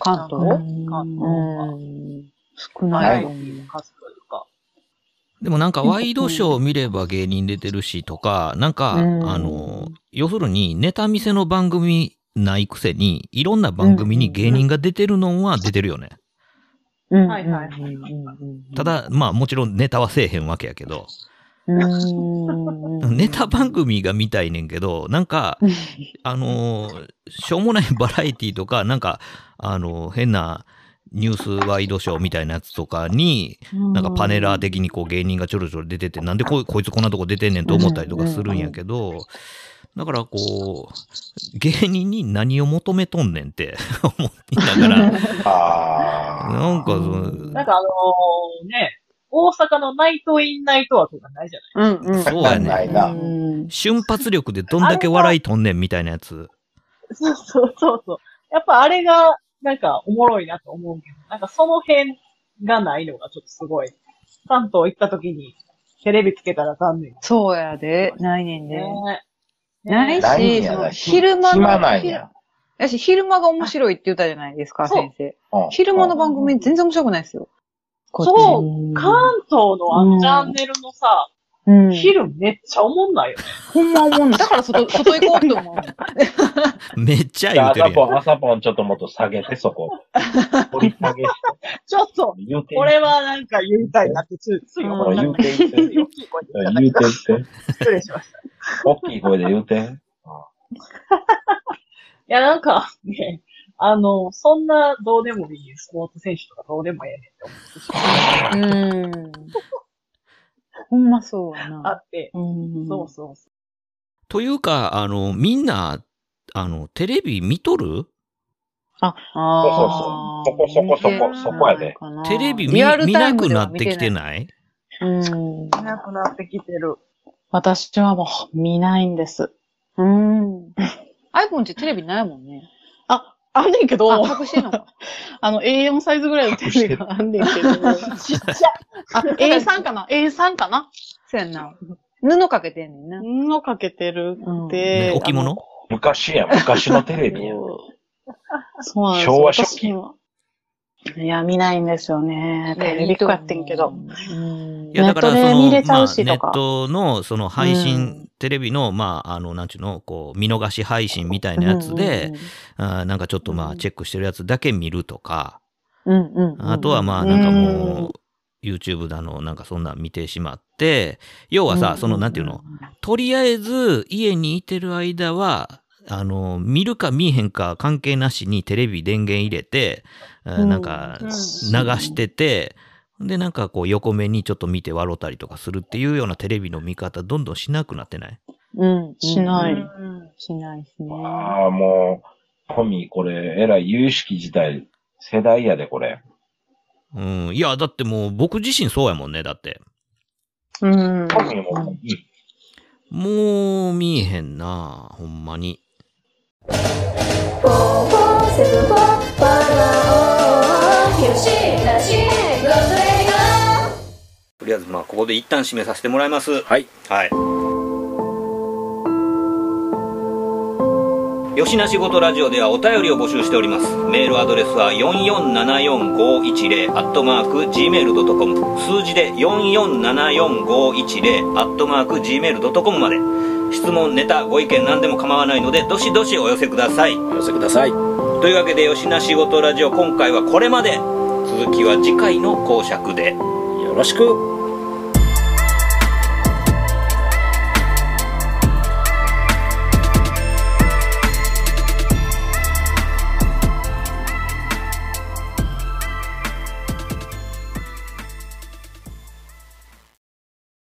[SPEAKER 10] 関東
[SPEAKER 6] うん
[SPEAKER 10] 少な
[SPEAKER 7] バラエ
[SPEAKER 10] いよ
[SPEAKER 7] ティの数というか。
[SPEAKER 1] でもなんかワイドショーを見れば芸人出てるしとか、なんか、
[SPEAKER 10] うん
[SPEAKER 1] あの、要するにネタ見せの番組ないくせに、いろんな番組に芸人が出てるのは出てるよね。
[SPEAKER 10] うん。
[SPEAKER 7] はいはい。
[SPEAKER 1] ただ、まあもちろんネタはせえへんわけやけど、
[SPEAKER 10] うん。
[SPEAKER 1] ネタ番組が見たいねんけど、なんか、あのー、しょうもないバラエティとか、なんか、あのー、変なニュースワイドショーみたいなやつとかに、
[SPEAKER 10] うん
[SPEAKER 1] なんかパネラー的にこう芸人がちょろちょろ出てて、なんでこいこいつこんなとこ出てんねんと思ったりとかするんやけど、だからこう、芸人に何を求めとんねんって 思いながら、
[SPEAKER 2] あ
[SPEAKER 1] なんかその、
[SPEAKER 7] なんかあのね、大阪のナイトインナイトワークがないじゃない
[SPEAKER 1] うんうん、そうやね。瞬発力でどんだけ笑いとんねんみたいなやつ。
[SPEAKER 7] そうそうそうそう。やっぱあれが、なんかおもろいなと思うけど、なんかその辺がないのがちょっとすごい。関東行った時にテレビつけたら残念。
[SPEAKER 4] そうやで、ないねんで。ない
[SPEAKER 7] ないん
[SPEAKER 4] し、
[SPEAKER 7] や
[SPEAKER 4] その
[SPEAKER 7] な
[SPEAKER 4] 昼間
[SPEAKER 7] 暇
[SPEAKER 4] の
[SPEAKER 7] なん
[SPEAKER 4] や。やし、昼間が面白いって言ったじゃないですか、
[SPEAKER 7] そう
[SPEAKER 4] 先生
[SPEAKER 7] うん。
[SPEAKER 4] 昼間の番組全然面白くないですよ。
[SPEAKER 7] そう、関東のあのチャンネルのさ、
[SPEAKER 4] うん。
[SPEAKER 7] 昼めっちゃおもんないよね。
[SPEAKER 4] ほんま思うだから 外、外行こうと思う。
[SPEAKER 1] めっち
[SPEAKER 2] ゃ言うてるやん。朝ポン、朝ポンちょっともっと下げて、そこ。掘り下げして。
[SPEAKER 7] ちょっと、
[SPEAKER 2] 言うて
[SPEAKER 7] これはなんか言いたいなって、ついつい思った。
[SPEAKER 2] 言うて言うて
[SPEAKER 7] 大きい声で言っちゃった
[SPEAKER 2] 言
[SPEAKER 7] けど
[SPEAKER 2] うてって。
[SPEAKER 7] 失礼しました。い
[SPEAKER 2] 大きい声で言うて。
[SPEAKER 7] や、なんかね、あの、そんなどうでもいいスポーツ選手とかどうでもええねんって思ってしまう。
[SPEAKER 4] うん。ほんまそうやな。
[SPEAKER 7] あって、そうそうそ
[SPEAKER 1] というか、あの、みんな、あの、テレビ見とる
[SPEAKER 4] あ、
[SPEAKER 2] そうそうそう。そこそこそこ、そこやで。
[SPEAKER 1] テレビ見
[SPEAKER 4] リアル
[SPEAKER 1] 見
[SPEAKER 4] タ
[SPEAKER 1] な
[SPEAKER 4] イム
[SPEAKER 1] く
[SPEAKER 4] では
[SPEAKER 1] なってきてない
[SPEAKER 4] うん。
[SPEAKER 7] う。なくなってきてる。
[SPEAKER 6] 私はもう見ないんです。うん。
[SPEAKER 4] アイボンちテレビないもんね。
[SPEAKER 6] あ、あんねんけど。
[SPEAKER 4] あ、隠してんのか。
[SPEAKER 6] あの A4 サイズぐらいのテレビがあんねんけど。 ちっちゃ。あ、A3 かな ?A3 かな
[SPEAKER 4] そうやんな。布かけてんねんな。
[SPEAKER 6] 布かけてるって。
[SPEAKER 2] 置物昔や、昔のテレビや。
[SPEAKER 6] そうなんです
[SPEAKER 2] 昭和初
[SPEAKER 6] 期。私もいや、見ないんですよね。テレビっ子やってんけど。
[SPEAKER 1] いや、だから、そ
[SPEAKER 6] ネットで見れ
[SPEAKER 1] の、
[SPEAKER 6] ちゃ
[SPEAKER 1] ま
[SPEAKER 6] う
[SPEAKER 1] あ、
[SPEAKER 6] し
[SPEAKER 1] ネ
[SPEAKER 6] とか
[SPEAKER 1] ットの、その配信、テレビの、まあ、あの、なんちゅうの、こう、見逃し配信みたいなやつで、あーなんかちょっと、まあ、チェックしてるやつだけ見るとか、
[SPEAKER 4] うんうん
[SPEAKER 1] あとは、まあ、なんかもう、YouTube だの、なんかそんなん見てしまって、要はさ、その、なんていうの、とりあえず、家にいてる間は、あの、見るか見えへんか関係なしにテレビ電源入れて、あーなんか、
[SPEAKER 9] うん
[SPEAKER 1] 流してて、で、なんかこう横目にちょっと見て笑ったりとかするっていうようなテレビの見方、どんどんしなくなってない
[SPEAKER 4] うん。
[SPEAKER 6] しない
[SPEAKER 4] うん。しないですね。
[SPEAKER 2] ああ、もう、トミー、これ、えらい、有意識自体、世代やで、これ。
[SPEAKER 1] うん。いや、だってもう僕自身そうやもんね、だって。
[SPEAKER 6] うん。
[SPEAKER 2] トミーも、
[SPEAKER 1] もう見えへんな、ほんまに。とりあえず、まあ、ここで一旦締めさせてもらいます。はい。はい。よしなしごとラジオではお便りを募集しておりますメールアドレスは4474510アットマーク Gmail.com 数字で4474510アットマーク Gmail.com まで質問ネタご意見何でも構わないのでどしどしお寄せくださいお寄せくださいというわけでよしなしごとラジオ今回はこれまで続きは次回の講釈でよろしく